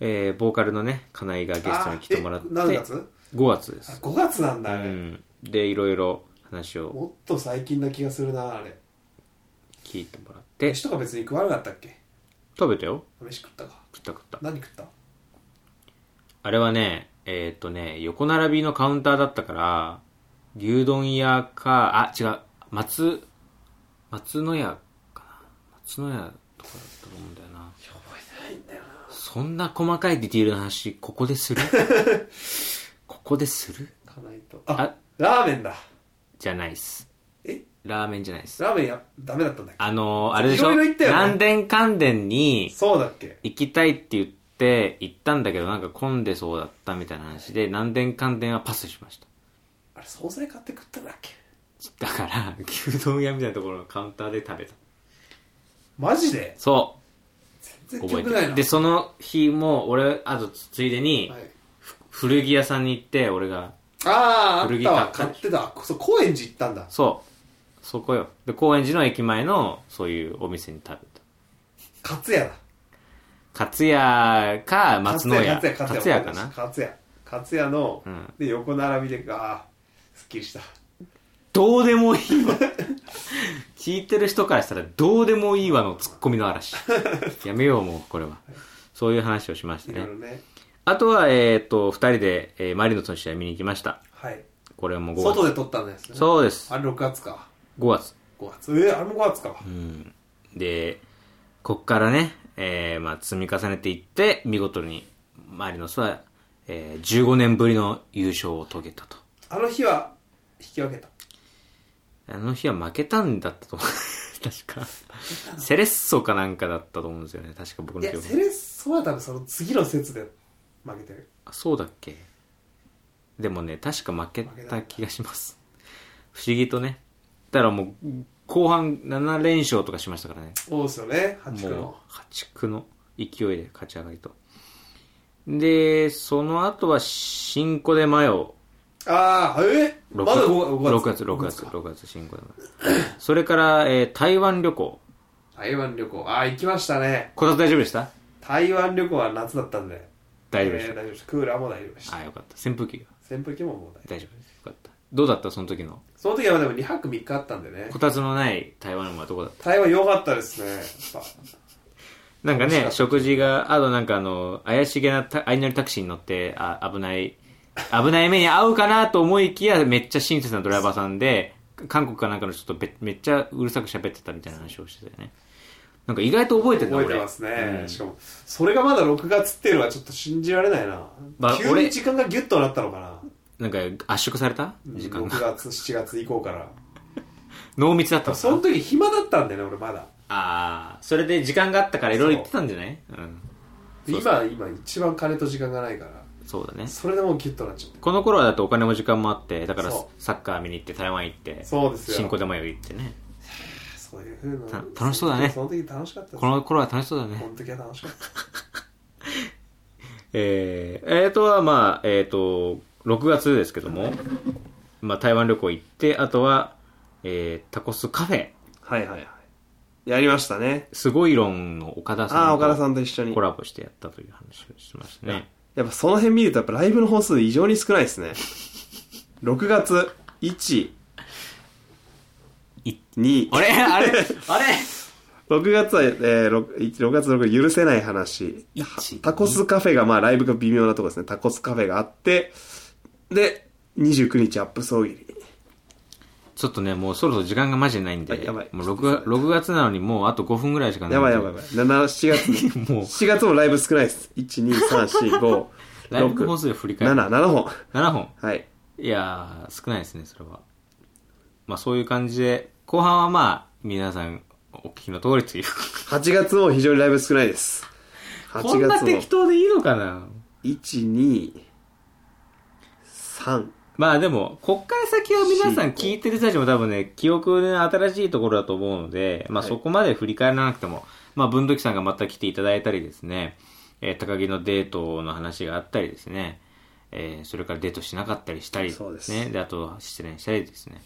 [SPEAKER 2] えーボーカルのね金井がゲストに来てもらって
[SPEAKER 1] あえ何月
[SPEAKER 2] 5月で
[SPEAKER 1] あ
[SPEAKER 2] す
[SPEAKER 1] 5月なんだあ
[SPEAKER 2] う
[SPEAKER 1] れ、
[SPEAKER 2] ん、でいろいろ話を
[SPEAKER 1] もっと最近な気がするなあれ
[SPEAKER 2] 聞いてもらって
[SPEAKER 1] 飯とか別に食わなかったっけ
[SPEAKER 2] 食べたよ
[SPEAKER 1] 飯食ったか
[SPEAKER 2] 食った食った
[SPEAKER 1] 何食った
[SPEAKER 2] あれはねえーっとね横並びのカウンターだったから牛丼屋かあ違う松松野屋かな松野屋とかだったと思うんだよな覚えてないんだよなそんな細かいディティールの話ここでする ここでする
[SPEAKER 1] かないと
[SPEAKER 2] あ
[SPEAKER 1] あラーメンだ
[SPEAKER 2] じゃないっす
[SPEAKER 1] え
[SPEAKER 2] ラーメンじゃないっす
[SPEAKER 1] ラーメンやダメだったんだっけ
[SPEAKER 2] あのーあれでしょ
[SPEAKER 1] いろいろ言ったよね
[SPEAKER 2] 南電関電に
[SPEAKER 1] そうだっけ
[SPEAKER 2] 行きたいって言って行ったんだけどなんか混んでそうだったみたいな話で南電関電はパスしました
[SPEAKER 1] あれ惣菜買って食ったんだっけ
[SPEAKER 2] だから 牛丼屋みたいなところのカウンターで食べた
[SPEAKER 1] マジで
[SPEAKER 2] そ
[SPEAKER 1] 全然
[SPEAKER 2] う覚
[SPEAKER 1] 記
[SPEAKER 2] え
[SPEAKER 1] 憶
[SPEAKER 2] て
[SPEAKER 1] ない
[SPEAKER 2] る
[SPEAKER 1] な
[SPEAKER 2] でその日も俺あとついでに、
[SPEAKER 1] はい
[SPEAKER 2] 古着屋さんに行って俺が
[SPEAKER 1] あああ
[SPEAKER 2] 古
[SPEAKER 1] っ
[SPEAKER 2] 着
[SPEAKER 1] たわ
[SPEAKER 2] 買
[SPEAKER 1] 買
[SPEAKER 2] っ
[SPEAKER 1] ってたそう高円寺行ったんだ
[SPEAKER 2] そうそこよで高円寺の駅前のそういうお店に食べた
[SPEAKER 1] カツヤだ
[SPEAKER 2] 勝谷か松野屋
[SPEAKER 1] カツヤカツヤ
[SPEAKER 2] 勝谷かな
[SPEAKER 1] カツヤカツヤの
[SPEAKER 2] うん
[SPEAKER 1] で横並びでああすっきりした
[SPEAKER 2] どうでもいいわ 聞いてる人からしたらどうでもいいわのツッコミの 嵐やめようもうこれはそういう話をしました
[SPEAKER 1] いろい
[SPEAKER 2] ね
[SPEAKER 1] ろね
[SPEAKER 2] あとはえっ、と2人で、えーマリノスの試合見に行きました
[SPEAKER 1] はい
[SPEAKER 2] これはもう5月
[SPEAKER 1] 外で撮ったんですね
[SPEAKER 2] そうです
[SPEAKER 1] あれ6月か
[SPEAKER 2] 5月
[SPEAKER 1] 5月えーあれも5月か
[SPEAKER 2] うんでこっからね、えーまあ、積み重ねていって見事にマリノスは、えー15年ぶりの優勝を遂げたと
[SPEAKER 1] あの日は引き分けた
[SPEAKER 2] あの日は負けたんだったと 思う確かセレッソかなんかだったと思うんですよね確か僕の
[SPEAKER 1] い
[SPEAKER 2] 記
[SPEAKER 1] や
[SPEAKER 2] 憶
[SPEAKER 1] セレッソは多分その次の節で負けてる
[SPEAKER 2] あそうだっけでもね確か負けた気がします不思議とねだからもう後半7連勝とかしましたからね
[SPEAKER 1] そうですよね八区
[SPEAKER 2] も
[SPEAKER 1] の
[SPEAKER 2] う破竹の勢いで勝ち上がりとでその後は新小でマヨ
[SPEAKER 1] ああえ
[SPEAKER 2] 6
[SPEAKER 1] ーまだ5月
[SPEAKER 2] 月6月6月新小でマヨそれから、えー台湾旅行
[SPEAKER 1] 台湾旅行ああ行きましたね
[SPEAKER 2] こたつ大丈夫でした
[SPEAKER 1] 台湾旅行は夏だったんで
[SPEAKER 2] 大丈夫でし
[SPEAKER 1] えー大丈夫ですクーラーも大丈夫でした
[SPEAKER 2] たあよかった扇風機が
[SPEAKER 1] 扇風機ももう大丈夫
[SPEAKER 2] 大丈夫ですよかったどうだったその時の
[SPEAKER 1] その時はでも2泊3日あったんでね
[SPEAKER 2] こたつのない台湾はどこだった
[SPEAKER 1] 台湾良かったですねやっぱ
[SPEAKER 2] なんか
[SPEAKER 1] 面白か、った
[SPEAKER 2] ね食事が、あとなんかあの、怪しげなた相乗りタクシーに乗って、あ、危ない、危ない目に遭うかなと思いきや、めっちゃ親切なドライバーさんで、韓国かなんかのちょっとべめっちゃうるさく喋ってたみたいな話をしてたよね。なんか意外と覚えてるな、
[SPEAKER 1] 覚え
[SPEAKER 2] 俺。
[SPEAKER 1] てますね、
[SPEAKER 2] うん
[SPEAKER 1] しかもそれがまだ6月っていうのはちょっと信じられないな、
[SPEAKER 2] まあ
[SPEAKER 1] 急
[SPEAKER 2] 俺
[SPEAKER 1] に時間がギュッとなったのかな
[SPEAKER 2] なんか圧縮された時間
[SPEAKER 1] 6
[SPEAKER 2] が。
[SPEAKER 1] 月7月以降から
[SPEAKER 2] 濃密だった
[SPEAKER 1] 多分
[SPEAKER 2] のか
[SPEAKER 1] そ
[SPEAKER 2] な
[SPEAKER 1] の時暇だったんだよね俺まだ
[SPEAKER 2] ああ、それで時間があったからいろいろ言ってたんじゃないうん。そう
[SPEAKER 1] 今今一番金と時間がないから
[SPEAKER 2] そうだね。
[SPEAKER 1] それでもうギュッとなっちゃって
[SPEAKER 2] この頃はだってお金も時間もあって、だから
[SPEAKER 1] そ
[SPEAKER 2] サッカー見に行って、台湾行って、
[SPEAKER 1] そうですよ
[SPEAKER 2] 新小玉よ行ってね。
[SPEAKER 1] そういうふうな
[SPEAKER 2] た楽しそうだね
[SPEAKER 1] その時楽しかったです
[SPEAKER 2] この頃は楽しそうだ
[SPEAKER 1] こ
[SPEAKER 2] ね。
[SPEAKER 1] の時は楽しかった
[SPEAKER 2] えー、えーとはまあ、えーと、6月ですけども、まあ台湾旅行行って、あとは、えー、タコスカフェ、
[SPEAKER 1] はいはいはいやりましたね
[SPEAKER 2] すごい論の岡田さん
[SPEAKER 1] ああ
[SPEAKER 2] と
[SPEAKER 1] 岡田さんと一緒に
[SPEAKER 2] コラボしてやったという話をしましたね。
[SPEAKER 1] やっぱその辺見るとやっぱライブの本数異常に少ないです ね6月1
[SPEAKER 2] い
[SPEAKER 1] 2
[SPEAKER 2] あれ あれあれ
[SPEAKER 1] 6月は、えー、6, 6月6許せない話
[SPEAKER 2] 一。
[SPEAKER 1] タコスカフェが、まあライブが微妙なとこですね。タコスカフェがあって、で、29日アップ総切り。
[SPEAKER 2] ちょっとね、もうそろそろ時間がマジでないんで、
[SPEAKER 1] あやばい
[SPEAKER 2] もう 6, 6月なのにもうあと5分ぐらいしかない。
[SPEAKER 1] やばいやばいやばい。7、7月
[SPEAKER 2] もう
[SPEAKER 1] 7月 もライブ少ないです。1、2、3、4、5、
[SPEAKER 2] ライブ
[SPEAKER 1] 6、
[SPEAKER 2] 本数
[SPEAKER 1] 7、
[SPEAKER 2] で振り返る。
[SPEAKER 1] 7本。
[SPEAKER 2] 7本。
[SPEAKER 1] はい。
[SPEAKER 2] いやー、少ないですね、それは。まあそういう感じで、後半はまあ、皆さんお聞きの通りという。
[SPEAKER 1] 8月も非常にライブ少ないです。
[SPEAKER 2] こ
[SPEAKER 1] 8
[SPEAKER 2] んな
[SPEAKER 1] 月も
[SPEAKER 2] 適当でいいのかな
[SPEAKER 1] 1、2、3。
[SPEAKER 2] まあでも、こっから先は皆さん聞いてる人たちも多分ね、記憶の新しいところだと思うので、まあそこまで振り返らなくても、まあ文土器さんがまた来ていただいたりですね、えー高木のデートの話があったりですね、えーそれからデートしなかったりしたり、
[SPEAKER 1] そうです
[SPEAKER 2] ね、で、あと失恋したりですね。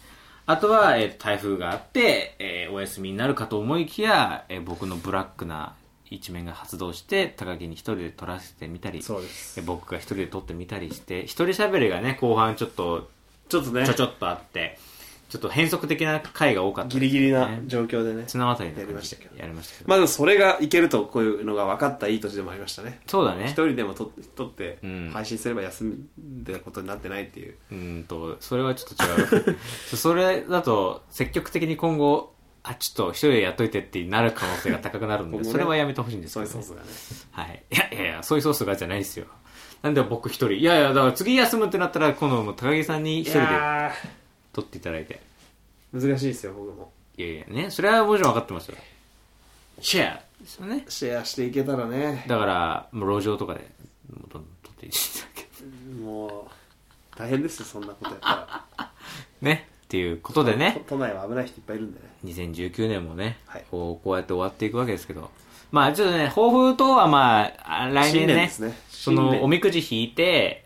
[SPEAKER 2] あとは、えー台風があって、えーお休みになるかと思いきや、えー僕のブラックな一面が発動して、高木に一人で撮らせてみたり、
[SPEAKER 1] そうです
[SPEAKER 2] え。僕が一人で撮ってみたりして一人喋りがね後半ちょっと
[SPEAKER 1] ちょっとね
[SPEAKER 2] ちょちょっとあってちょっと変則的な回が多かった
[SPEAKER 1] ギリギリな状況でね。
[SPEAKER 2] 綱渡りの
[SPEAKER 1] やり
[SPEAKER 2] 感
[SPEAKER 1] まし
[SPEAKER 2] じ
[SPEAKER 1] た
[SPEAKER 2] で
[SPEAKER 1] けど。
[SPEAKER 2] やりましたけど、
[SPEAKER 1] まあでもそれがいけるとこういうのが分かったいい年でもありましたね。
[SPEAKER 2] そうだね
[SPEAKER 1] 一人でも撮撮って
[SPEAKER 2] うん
[SPEAKER 1] 配信すれば休んでことになってないっていう。
[SPEAKER 2] うーんとそれはちょっと違う それだと積極的に今後あちょっと一人でやっといてってなる可能性が高くなるんで、
[SPEAKER 1] 今後ね
[SPEAKER 2] それはやめてほしいんですけ
[SPEAKER 1] そう
[SPEAKER 2] ど
[SPEAKER 1] い
[SPEAKER 2] ね
[SPEAKER 1] うソースがね。
[SPEAKER 2] はい。いやいやいや、そういうソースがじゃないですよ。なんで僕一人。いやいや、だから次休むってなったら、今度もう高木さんに一人で撮っていただいて。
[SPEAKER 1] ー難しいですよ、僕も。
[SPEAKER 2] いやいやね、それはもちろん分かってますよ。シェアですよね。
[SPEAKER 1] シェアしていけたらね、
[SPEAKER 2] だから、もう路上とかで、もうどんどん撮っていただけど
[SPEAKER 1] もう、大変ですよ、そんなことやったら。
[SPEAKER 2] ね。っていうことでね、
[SPEAKER 1] 都内は危ない人いっぱいいるんでね。
[SPEAKER 2] 2019年もね、
[SPEAKER 1] はい
[SPEAKER 2] こうこうやって終わっていくわけですけど、まあちょっとね、抱負等はまあ、あ来年
[SPEAKER 1] 新年
[SPEAKER 2] ね
[SPEAKER 1] ですね
[SPEAKER 2] そ
[SPEAKER 1] 新
[SPEAKER 2] の
[SPEAKER 1] 年
[SPEAKER 2] おみくじ引いて、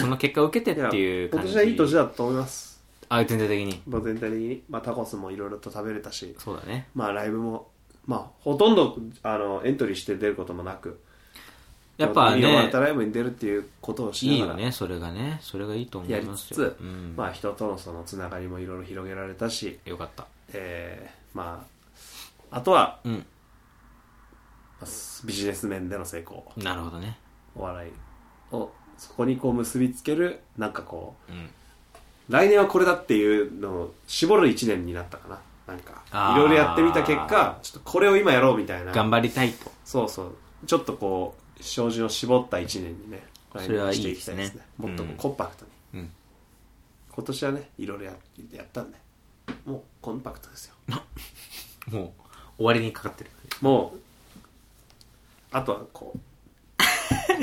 [SPEAKER 2] その結果を受けてっていう
[SPEAKER 1] 今
[SPEAKER 2] 感じ。
[SPEAKER 1] 年はいい年だと思います。
[SPEAKER 2] あ、全体的に。
[SPEAKER 1] まあ全体的に、まあタコスもいろいろと食べれたし、
[SPEAKER 2] そうだね。
[SPEAKER 1] まあライブも、まあほとんど、あの、エントリーして出ることもなく、
[SPEAKER 2] やっぱ
[SPEAKER 1] 見終わ
[SPEAKER 2] ね
[SPEAKER 1] っ、たライブに出るっていうことをし
[SPEAKER 2] いい
[SPEAKER 1] なが
[SPEAKER 2] よ
[SPEAKER 1] ら、
[SPEAKER 2] ね、それがね。それがいいと思
[SPEAKER 1] や
[SPEAKER 2] い
[SPEAKER 1] り
[SPEAKER 2] ま
[SPEAKER 1] つ
[SPEAKER 2] す
[SPEAKER 1] つ
[SPEAKER 2] よ。、うん、
[SPEAKER 1] まあ人とのそのつながりもいろいろ広げられたし、
[SPEAKER 2] よかった。
[SPEAKER 1] えー、まああとは
[SPEAKER 2] うん。
[SPEAKER 1] ビジネス面での成功
[SPEAKER 2] なるほどね。
[SPEAKER 1] お笑いをそこにこう結びつけるなんかこ
[SPEAKER 2] うん。
[SPEAKER 1] う来年はこれだっていうのを絞る1年になったかななんか
[SPEAKER 2] あ
[SPEAKER 1] い
[SPEAKER 2] ー
[SPEAKER 1] ろいろやってみた結果ちょっとこれを今やろうみたいな
[SPEAKER 2] 頑張りたいと。
[SPEAKER 1] そうそうちょっとこう照準を絞った1年にね来
[SPEAKER 2] そ
[SPEAKER 1] 年
[SPEAKER 2] れは
[SPEAKER 1] はい
[SPEAKER 2] い
[SPEAKER 1] して
[SPEAKER 2] で
[SPEAKER 1] いき
[SPEAKER 2] す
[SPEAKER 1] たい
[SPEAKER 2] ね
[SPEAKER 1] ですねもっとこ
[SPEAKER 2] うん
[SPEAKER 1] うコンパクトに、
[SPEAKER 2] うん。
[SPEAKER 1] 今年はねいろいろややったんでもうコンパクトですよ
[SPEAKER 2] もう、終わりにかかってる。
[SPEAKER 1] もうあとはこう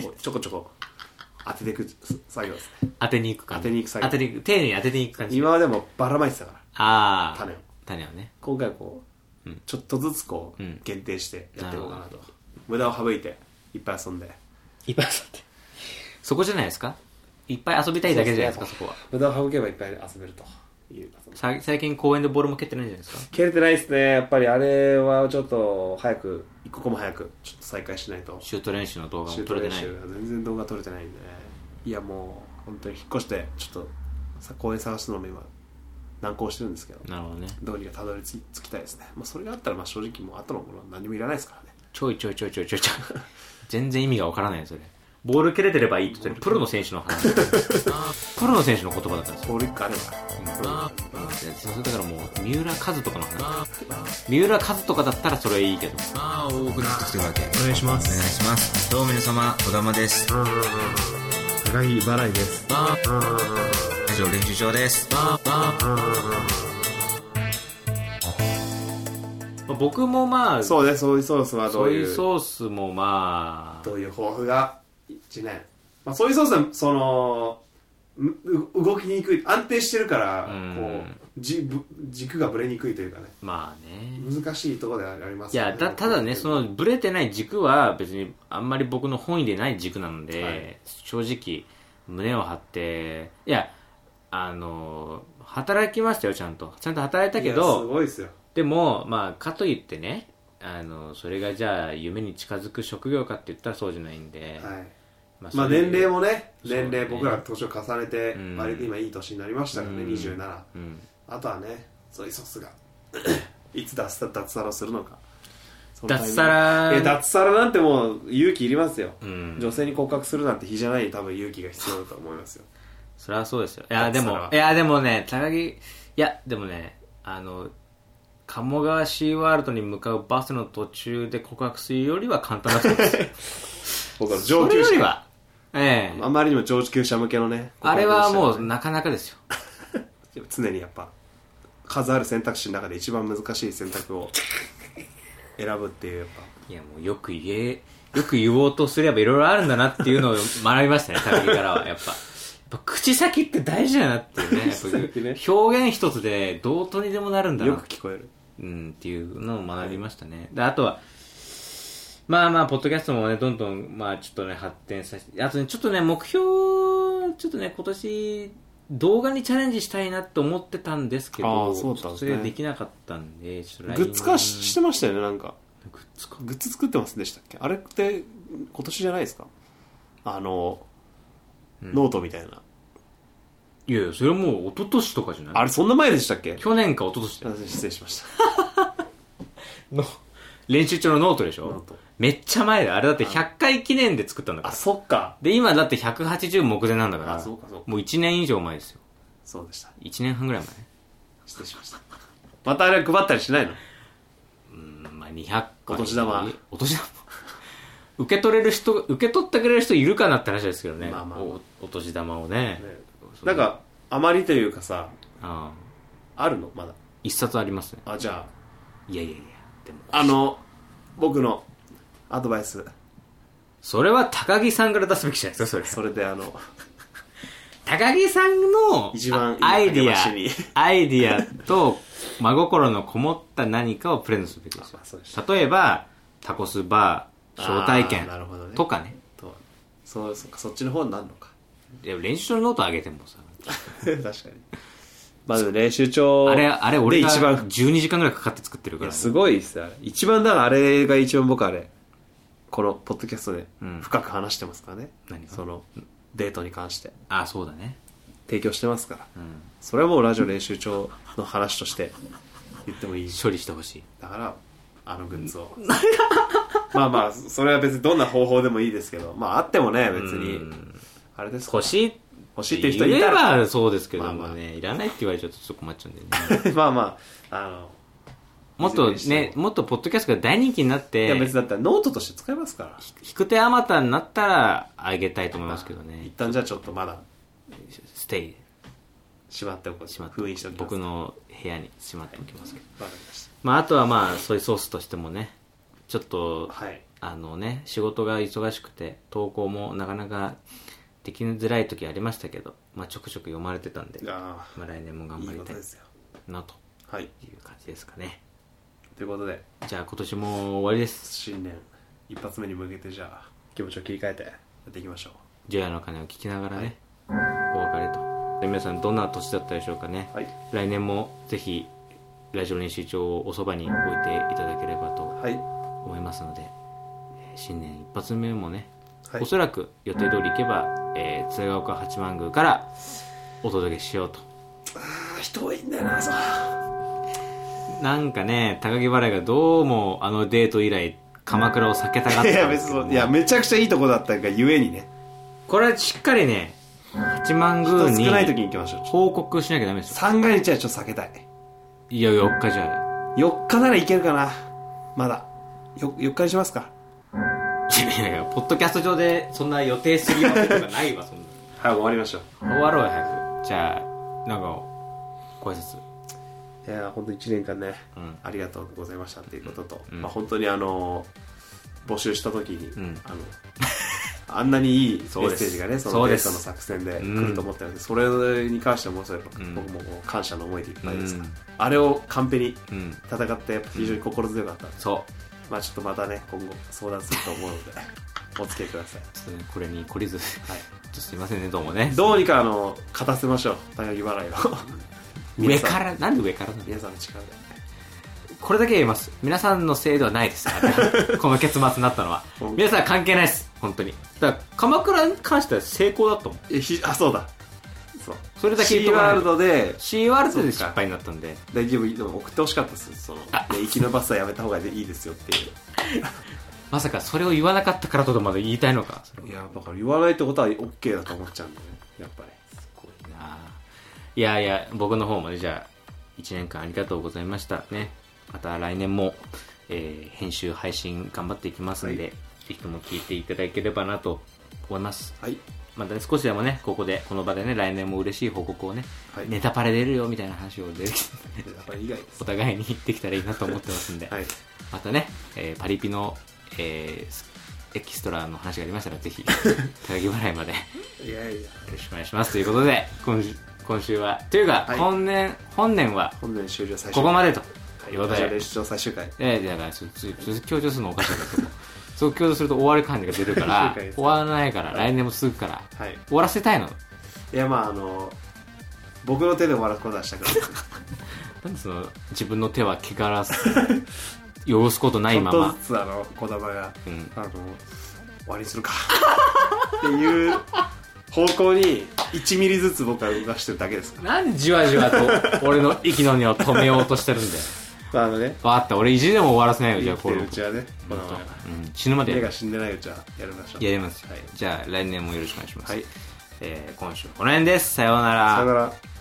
[SPEAKER 1] こうちょこちょこ当てていく作業ですね
[SPEAKER 2] 当てに行く感
[SPEAKER 1] 当
[SPEAKER 2] じ。
[SPEAKER 1] てに行く作業
[SPEAKER 2] 当てに行く。丁寧に当てに行く感じ。
[SPEAKER 1] 今までもばらまいてたから
[SPEAKER 2] ああ。
[SPEAKER 1] 種を
[SPEAKER 2] 種をね。
[SPEAKER 1] 今回はこう、
[SPEAKER 2] うん
[SPEAKER 1] ちょっとずつこう、
[SPEAKER 2] うん
[SPEAKER 1] 限定してやっていこうかな
[SPEAKER 2] なる
[SPEAKER 1] と無駄を省いていっぱい遊んで
[SPEAKER 2] いっぱい遊んで。そこじゃないですかいっぱい遊びたいだけじゃないですか、そこは。
[SPEAKER 1] 無駄を省けばいっぱい遊べるという
[SPEAKER 2] さ最近公園でボールも蹴ってないんじゃないですか
[SPEAKER 1] 蹴れてないですねやっぱりあれはちょっと早く一刻も早くちょっと再開しないと
[SPEAKER 2] シュート練習の動画
[SPEAKER 1] シ
[SPEAKER 2] も
[SPEAKER 1] ュート
[SPEAKER 2] 撮れて
[SPEAKER 1] 練
[SPEAKER 2] ない
[SPEAKER 1] 習。が全然動画撮れてないんでねいやもう本当に引っ越してちょっとさ公園探すのも今難航してるんですけど
[SPEAKER 2] なるほどね。
[SPEAKER 1] どうにかたどり着きたいですね、まあ、それがあったらまあ正直もう後のものは何もいらないですからね
[SPEAKER 2] ちょいちょいちょいちょいちょいちょい。全然意味がわからないよ、それ。ボール蹴れてればいいって言ってるプロの選手の話プロの選手の言葉だったんですよ、
[SPEAKER 1] ボールかね
[SPEAKER 2] うんそれだからもう三浦和とかの話三浦和とかだったらそれいいけど
[SPEAKER 3] ああ多くなってきてるわけ
[SPEAKER 5] お願いしま
[SPEAKER 3] お願い
[SPEAKER 5] す
[SPEAKER 3] しますどうも皆様小玉です
[SPEAKER 5] 高木払いです
[SPEAKER 3] 以上練習場です
[SPEAKER 2] まあ僕もまあ
[SPEAKER 1] そうねソイソースはど
[SPEAKER 2] ソ
[SPEAKER 1] うい
[SPEAKER 2] イ
[SPEAKER 1] う
[SPEAKER 2] ソースもまあ
[SPEAKER 1] どういう抱負が1年、まあ、ソイソースはそのむう動きにくい安定してるから
[SPEAKER 2] うん
[SPEAKER 1] こうじぶ軸がぶれにくいというかね
[SPEAKER 2] まあね
[SPEAKER 1] 難しいところではあります
[SPEAKER 2] いやだただねそのブレてない軸は別にあんまり僕の本意でない軸なので、
[SPEAKER 1] はい
[SPEAKER 2] 正直胸を張っていやあの働きましたよちゃんとちゃんと働いたけ
[SPEAKER 1] す
[SPEAKER 2] ど
[SPEAKER 1] ごいですよ
[SPEAKER 2] でもまあかといってねあのそれがじゃあ夢に近づく職業かって言ったらそうじゃないんで、
[SPEAKER 1] はい
[SPEAKER 2] ま
[SPEAKER 1] まあ
[SPEAKER 2] そういう
[SPEAKER 1] 年齢もね
[SPEAKER 2] そうね
[SPEAKER 1] 年齢僕ら年を重ねて
[SPEAKER 2] うん
[SPEAKER 1] 割と今いい年になりましたからね
[SPEAKER 2] うん
[SPEAKER 1] 27
[SPEAKER 2] うん
[SPEAKER 1] あとはねソイソースが いつ脱サ脱サラをするのか
[SPEAKER 2] 脱サ
[SPEAKER 1] いや
[SPEAKER 2] ラ
[SPEAKER 1] 脱サラなんてもう勇気いりますよ、
[SPEAKER 2] うん
[SPEAKER 1] 女性に告白するなんて日じゃない多分勇気が必要だと思いますよ
[SPEAKER 2] それはそうですよいやで
[SPEAKER 1] 脱サ
[SPEAKER 2] も
[SPEAKER 1] ラ
[SPEAKER 2] いやでもね高木いやでもねあの鴨川シーワールドに向かうバスの途中で告白するよりは簡単だと思います
[SPEAKER 1] 僕は上
[SPEAKER 2] それ
[SPEAKER 1] 級
[SPEAKER 2] より
[SPEAKER 1] 者
[SPEAKER 2] はええ
[SPEAKER 1] あまりにも上級者向けのね
[SPEAKER 2] あれはも
[SPEAKER 1] 告
[SPEAKER 2] うなかなかですよ
[SPEAKER 1] 白でしたね常にやっぱ数ある選択肢の中で一番難しい選択 を選ぶっていうやっ
[SPEAKER 2] いやもうよく言えよく言おうとすればいろいろあるんだなっていうのを学びましたね高木からはやっぱやっぱ口先って大事だなっていうねやっぱ
[SPEAKER 1] 先ね
[SPEAKER 2] 表現一つでどうとにでもなるん
[SPEAKER 1] ぱ
[SPEAKER 2] だな
[SPEAKER 1] よ
[SPEAKER 2] って
[SPEAKER 1] く聞こえる
[SPEAKER 2] うん、っていうのを学びましたね。で、あとは、まあまあ、ポッドキャストもね、どんどん、まあ、ちょっとね、発展させて、あとね、ちょっとね、目標、ちょっとね、今年、動画にチャレンジしたいなと思ってたんですけ
[SPEAKER 1] あ
[SPEAKER 2] ど、
[SPEAKER 1] ーそうだったんです
[SPEAKER 2] そ
[SPEAKER 1] ね
[SPEAKER 2] れできなかったんで、ちょっと来
[SPEAKER 1] グ
[SPEAKER 2] 年
[SPEAKER 1] ッズ化ししてましたよねなんか
[SPEAKER 2] グッズ化
[SPEAKER 1] グッズ作ってませんでしたっけあれって今年じゃないですかあの、ノートみたいない
[SPEAKER 2] やいや、それはもう、一昨年とかじゃない
[SPEAKER 1] あれそんな前でしたっけ
[SPEAKER 2] 去年か一昨年だよ。
[SPEAKER 1] 失礼しました
[SPEAKER 2] の練習中のノートでし
[SPEAKER 1] ノー
[SPEAKER 2] ょ
[SPEAKER 1] ト
[SPEAKER 2] めっちゃ前だよ。あれだって100回記念で作ったんだか
[SPEAKER 1] あ
[SPEAKER 2] ら。
[SPEAKER 1] そっか
[SPEAKER 2] で、今だって180目前なんだから、
[SPEAKER 1] あそうかそうか
[SPEAKER 2] もう1年以上前ですよ。
[SPEAKER 1] そうでした
[SPEAKER 2] 1年半ぐらい前。
[SPEAKER 1] 失礼しましたまたあれ配ったりしないの
[SPEAKER 2] うんまあ、200個。
[SPEAKER 1] お年玉。
[SPEAKER 2] お年玉。 受け取れる人、受け取ってくれる人いるかなって話ですけどね。
[SPEAKER 1] まあまあ
[SPEAKER 2] おお年玉をね。
[SPEAKER 1] なんかあまりというかさ
[SPEAKER 2] ああ、
[SPEAKER 1] あるのまだ
[SPEAKER 2] 一冊ありますね。
[SPEAKER 1] あじゃあ
[SPEAKER 2] いやいやいや、でも。
[SPEAKER 1] あの、僕のアドバイス。
[SPEAKER 2] それは高木さんから出すべきじゃないですか、それ。
[SPEAKER 1] それであの、
[SPEAKER 2] 高木さんの
[SPEAKER 1] 一番
[SPEAKER 2] あアイディ
[SPEAKER 1] 今竹橋に
[SPEAKER 2] ア、アイディアと真心のこもった何かをプレゼントすべきですよ
[SPEAKER 1] あそうでし。
[SPEAKER 2] 例えば、タコスバー、招待
[SPEAKER 1] あー
[SPEAKER 2] 券
[SPEAKER 1] なるほどね
[SPEAKER 2] とかね。
[SPEAKER 1] とそうそっかそっちの方になるのか。
[SPEAKER 2] いや練習のノートあげてもさ、
[SPEAKER 1] 確かに。まあでも練習帳
[SPEAKER 2] あれ、あれ俺が
[SPEAKER 1] で一番、
[SPEAKER 2] 12時間ぐらいかかって作ってるからね。
[SPEAKER 1] すごいっすよ、あれ。一番だからあれが一番僕あれ、このポッドキャストで
[SPEAKER 2] うん
[SPEAKER 1] 深く話してますからね。
[SPEAKER 2] 何が
[SPEAKER 1] その、デートに関して。
[SPEAKER 2] あそうだね
[SPEAKER 1] 提供してますから。
[SPEAKER 2] ん
[SPEAKER 1] それはもうラジオ練習帳の話として言ってもいいし。
[SPEAKER 2] 処理してほしい
[SPEAKER 1] だからあのグッズをまあまあそれは別にどんな方法でもいいですけどまああってもね別に
[SPEAKER 2] うん
[SPEAKER 1] あれですか
[SPEAKER 2] 欲しい
[SPEAKER 1] 欲しいっていう人いた
[SPEAKER 2] 言え
[SPEAKER 1] ら
[SPEAKER 2] ばそうですけどもね、
[SPEAKER 1] まあまあ
[SPEAKER 2] いらないって言われちゃうとちょっと困っちゃうんでね
[SPEAKER 1] まあまああの
[SPEAKER 2] もっと
[SPEAKER 1] いずれに
[SPEAKER 2] ね
[SPEAKER 1] しても
[SPEAKER 2] もっとポッドキャストが大人気になっ
[SPEAKER 1] い
[SPEAKER 2] て
[SPEAKER 1] や別にだったらノートとして使えますから
[SPEAKER 2] 引く手あまたになったらあげたいと思いますけど
[SPEAKER 1] 一
[SPEAKER 2] ね
[SPEAKER 1] 旦じゃあちょっとまだ
[SPEAKER 2] ステイ
[SPEAKER 1] しまっておこう
[SPEAKER 2] しまって
[SPEAKER 1] 封印しておきます
[SPEAKER 2] 僕の部屋にしまっておきますけど、
[SPEAKER 1] わかりまし
[SPEAKER 2] まああとはまあソイソースとしてもねちょっと
[SPEAKER 1] たはい
[SPEAKER 2] あのね、仕事が忙しくて、投稿もなかなかできづらい時ありましたけど、まあ、ちょくちょく読まれてたんで、ま
[SPEAKER 1] あ
[SPEAKER 2] あ、来年も
[SPEAKER 1] あ
[SPEAKER 2] 頑
[SPEAKER 1] いい
[SPEAKER 2] 張り
[SPEAKER 1] こ
[SPEAKER 2] た
[SPEAKER 1] と
[SPEAKER 2] い
[SPEAKER 1] ですよ
[SPEAKER 2] なと
[SPEAKER 1] はい
[SPEAKER 2] いう感じですかね。
[SPEAKER 1] ということで
[SPEAKER 2] じゃあ今年も終わりです。
[SPEAKER 1] 新年一発目に向けてじゃあ気持ちを切り替えてやっていきましょう
[SPEAKER 2] ジョヤの鐘を聞きながらね、お別れと。で皆さんどんな年だったでしょうかね。
[SPEAKER 1] はい
[SPEAKER 2] 来年もぜひ、ラジオ練習帳をおそばに置いていただければと
[SPEAKER 1] はい
[SPEAKER 2] 思いますので、えー新年一発目もね、
[SPEAKER 1] はい
[SPEAKER 2] おそらく予定通り行けば、えー、鶴岡八幡宮からお届けしようと
[SPEAKER 1] 人多いんだよなそう
[SPEAKER 2] なんかね高木原がどうもあのデート以来鎌倉を避けたがっ
[SPEAKER 1] いや
[SPEAKER 2] たんで
[SPEAKER 1] 別に
[SPEAKER 2] すけ
[SPEAKER 1] そ
[SPEAKER 2] ど
[SPEAKER 1] ういやめちゃくちゃいいとこだったがゆえにね
[SPEAKER 2] これはしっかりね八幡
[SPEAKER 1] 人
[SPEAKER 2] 宮
[SPEAKER 1] 少ない時
[SPEAKER 2] に
[SPEAKER 1] に行きましょう
[SPEAKER 2] 報告しなきゃダメですよ
[SPEAKER 1] 三が日はちょっと避けたい
[SPEAKER 2] いや4日じゃあ
[SPEAKER 1] 4日ならいけるかなまだよ4日にしますか
[SPEAKER 2] いやいやポッドキャスト上でそんな予定すぎませんとかないわそんな
[SPEAKER 1] はい終わりましょう
[SPEAKER 2] 終わろうよ早くじゃあなんかご挨拶
[SPEAKER 1] いやー本当1年間ね、
[SPEAKER 2] うん
[SPEAKER 1] ありがとうございましたっていうことと、
[SPEAKER 2] うん
[SPEAKER 1] まあ、本当にあのー募集した時に、
[SPEAKER 2] ん
[SPEAKER 1] あの あんなにいいメ
[SPEAKER 2] そう
[SPEAKER 1] ッ
[SPEAKER 2] です
[SPEAKER 1] セージがねそ
[SPEAKER 2] そ
[SPEAKER 1] の
[SPEAKER 2] う
[SPEAKER 1] ゲ
[SPEAKER 2] で
[SPEAKER 1] ス
[SPEAKER 2] す
[SPEAKER 1] トの作戦で来ると思ってたので、それに関してはもうそれ僕
[SPEAKER 2] ん
[SPEAKER 1] ももう感謝の思いでいっぱいですから、
[SPEAKER 2] うん
[SPEAKER 1] あれをカンペに
[SPEAKER 2] うん
[SPEAKER 1] 戦ってやっぱ非常に心強かったんです、
[SPEAKER 2] そう
[SPEAKER 1] まあちょっとまたね今後相談すると思う のでお付き合いください
[SPEAKER 2] ちょっとねこれに懲りず、 はいい、ちょっとすいませんねどうもね
[SPEAKER 1] どうにかあの勝たせましょう高木払いを
[SPEAKER 2] 上
[SPEAKER 1] 皆さん
[SPEAKER 2] からなんで上からなの
[SPEAKER 1] 皆さんの力で
[SPEAKER 2] これだけ言います皆さんのせいではないです この結末になったのは皆さん関係ないです本当にだから鎌倉に関しては成功だと思う
[SPEAKER 1] えひあそうだそう
[SPEAKER 2] それだけ言っ
[SPEAKER 1] C
[SPEAKER 2] とか
[SPEAKER 1] ワ
[SPEAKER 2] ない
[SPEAKER 1] ールドで
[SPEAKER 2] C ワールドで失敗になったんで
[SPEAKER 1] 大丈夫でも送ってほしかったですそのね
[SPEAKER 2] あ
[SPEAKER 1] 生きのバスはやめた方がいいですよって
[SPEAKER 2] まさかそれを言わなかったからとでまで言いたいのかそれ
[SPEAKER 1] いういやだから言わないってことは OK だと思っちゃうんだねやっぱり
[SPEAKER 2] いやいや僕の方もねじゃあ1年間ありがとうございましたねまた来年も、えー編集配信頑張っていきますんで、
[SPEAKER 1] は
[SPEAKER 2] ぜひとも聞いていただければなと思います
[SPEAKER 1] はい
[SPEAKER 2] またね少しでもねここでこの場でね来年も嬉しい報告をね、
[SPEAKER 1] はい
[SPEAKER 2] ネタパレ出るよみたいな話をでき
[SPEAKER 1] やっぱり以外です
[SPEAKER 2] お互いにできたらいいなと思ってますんで、
[SPEAKER 1] はい
[SPEAKER 2] またね、えーパリピの、えースエキストラの話がありました らぜひ高木払いまでよ
[SPEAKER 1] いやいや
[SPEAKER 2] ろしくお願いしますということで今週今週はというか、
[SPEAKER 1] はい
[SPEAKER 2] 本年本年は
[SPEAKER 1] 本年終了最終
[SPEAKER 2] ここまでということで、
[SPEAKER 1] 練習場最終回
[SPEAKER 2] えーだからそそそ強調するのおかしいんだけど そう強調すると終わる感じが出る か
[SPEAKER 1] 了
[SPEAKER 2] ら
[SPEAKER 1] 解です
[SPEAKER 2] 終わらないから来年も続くから
[SPEAKER 1] はい
[SPEAKER 2] 終わらせたいの
[SPEAKER 1] いやまああの僕の手で終わらすことはしたくない
[SPEAKER 2] なんでその自分の手は汚らす 汚すことないま
[SPEAKER 1] ちょっ
[SPEAKER 2] ま
[SPEAKER 1] とずつあの児玉が、
[SPEAKER 2] うん
[SPEAKER 1] あの終わりにするかっていう方向に1ミリずつ僕は動かしてるだけですか
[SPEAKER 2] なんでじわじわと 俺の息の根を止めようとしてるんだよ
[SPEAKER 1] らあのね
[SPEAKER 2] わかった俺意地でも終わらせないよじ
[SPEAKER 1] 生
[SPEAKER 2] ゃあ
[SPEAKER 1] き
[SPEAKER 2] こ
[SPEAKER 1] て
[SPEAKER 2] れ
[SPEAKER 1] るうちはね児玉が
[SPEAKER 2] うん死ぬまでや
[SPEAKER 1] 目
[SPEAKER 2] る
[SPEAKER 1] が死んでないうちはやりましょう
[SPEAKER 2] やりますよ
[SPEAKER 1] はい、
[SPEAKER 2] じゃあ来年もよろしくお願いします、
[SPEAKER 1] はい、
[SPEAKER 2] えー今週はこの辺ですさようなら
[SPEAKER 1] さよなら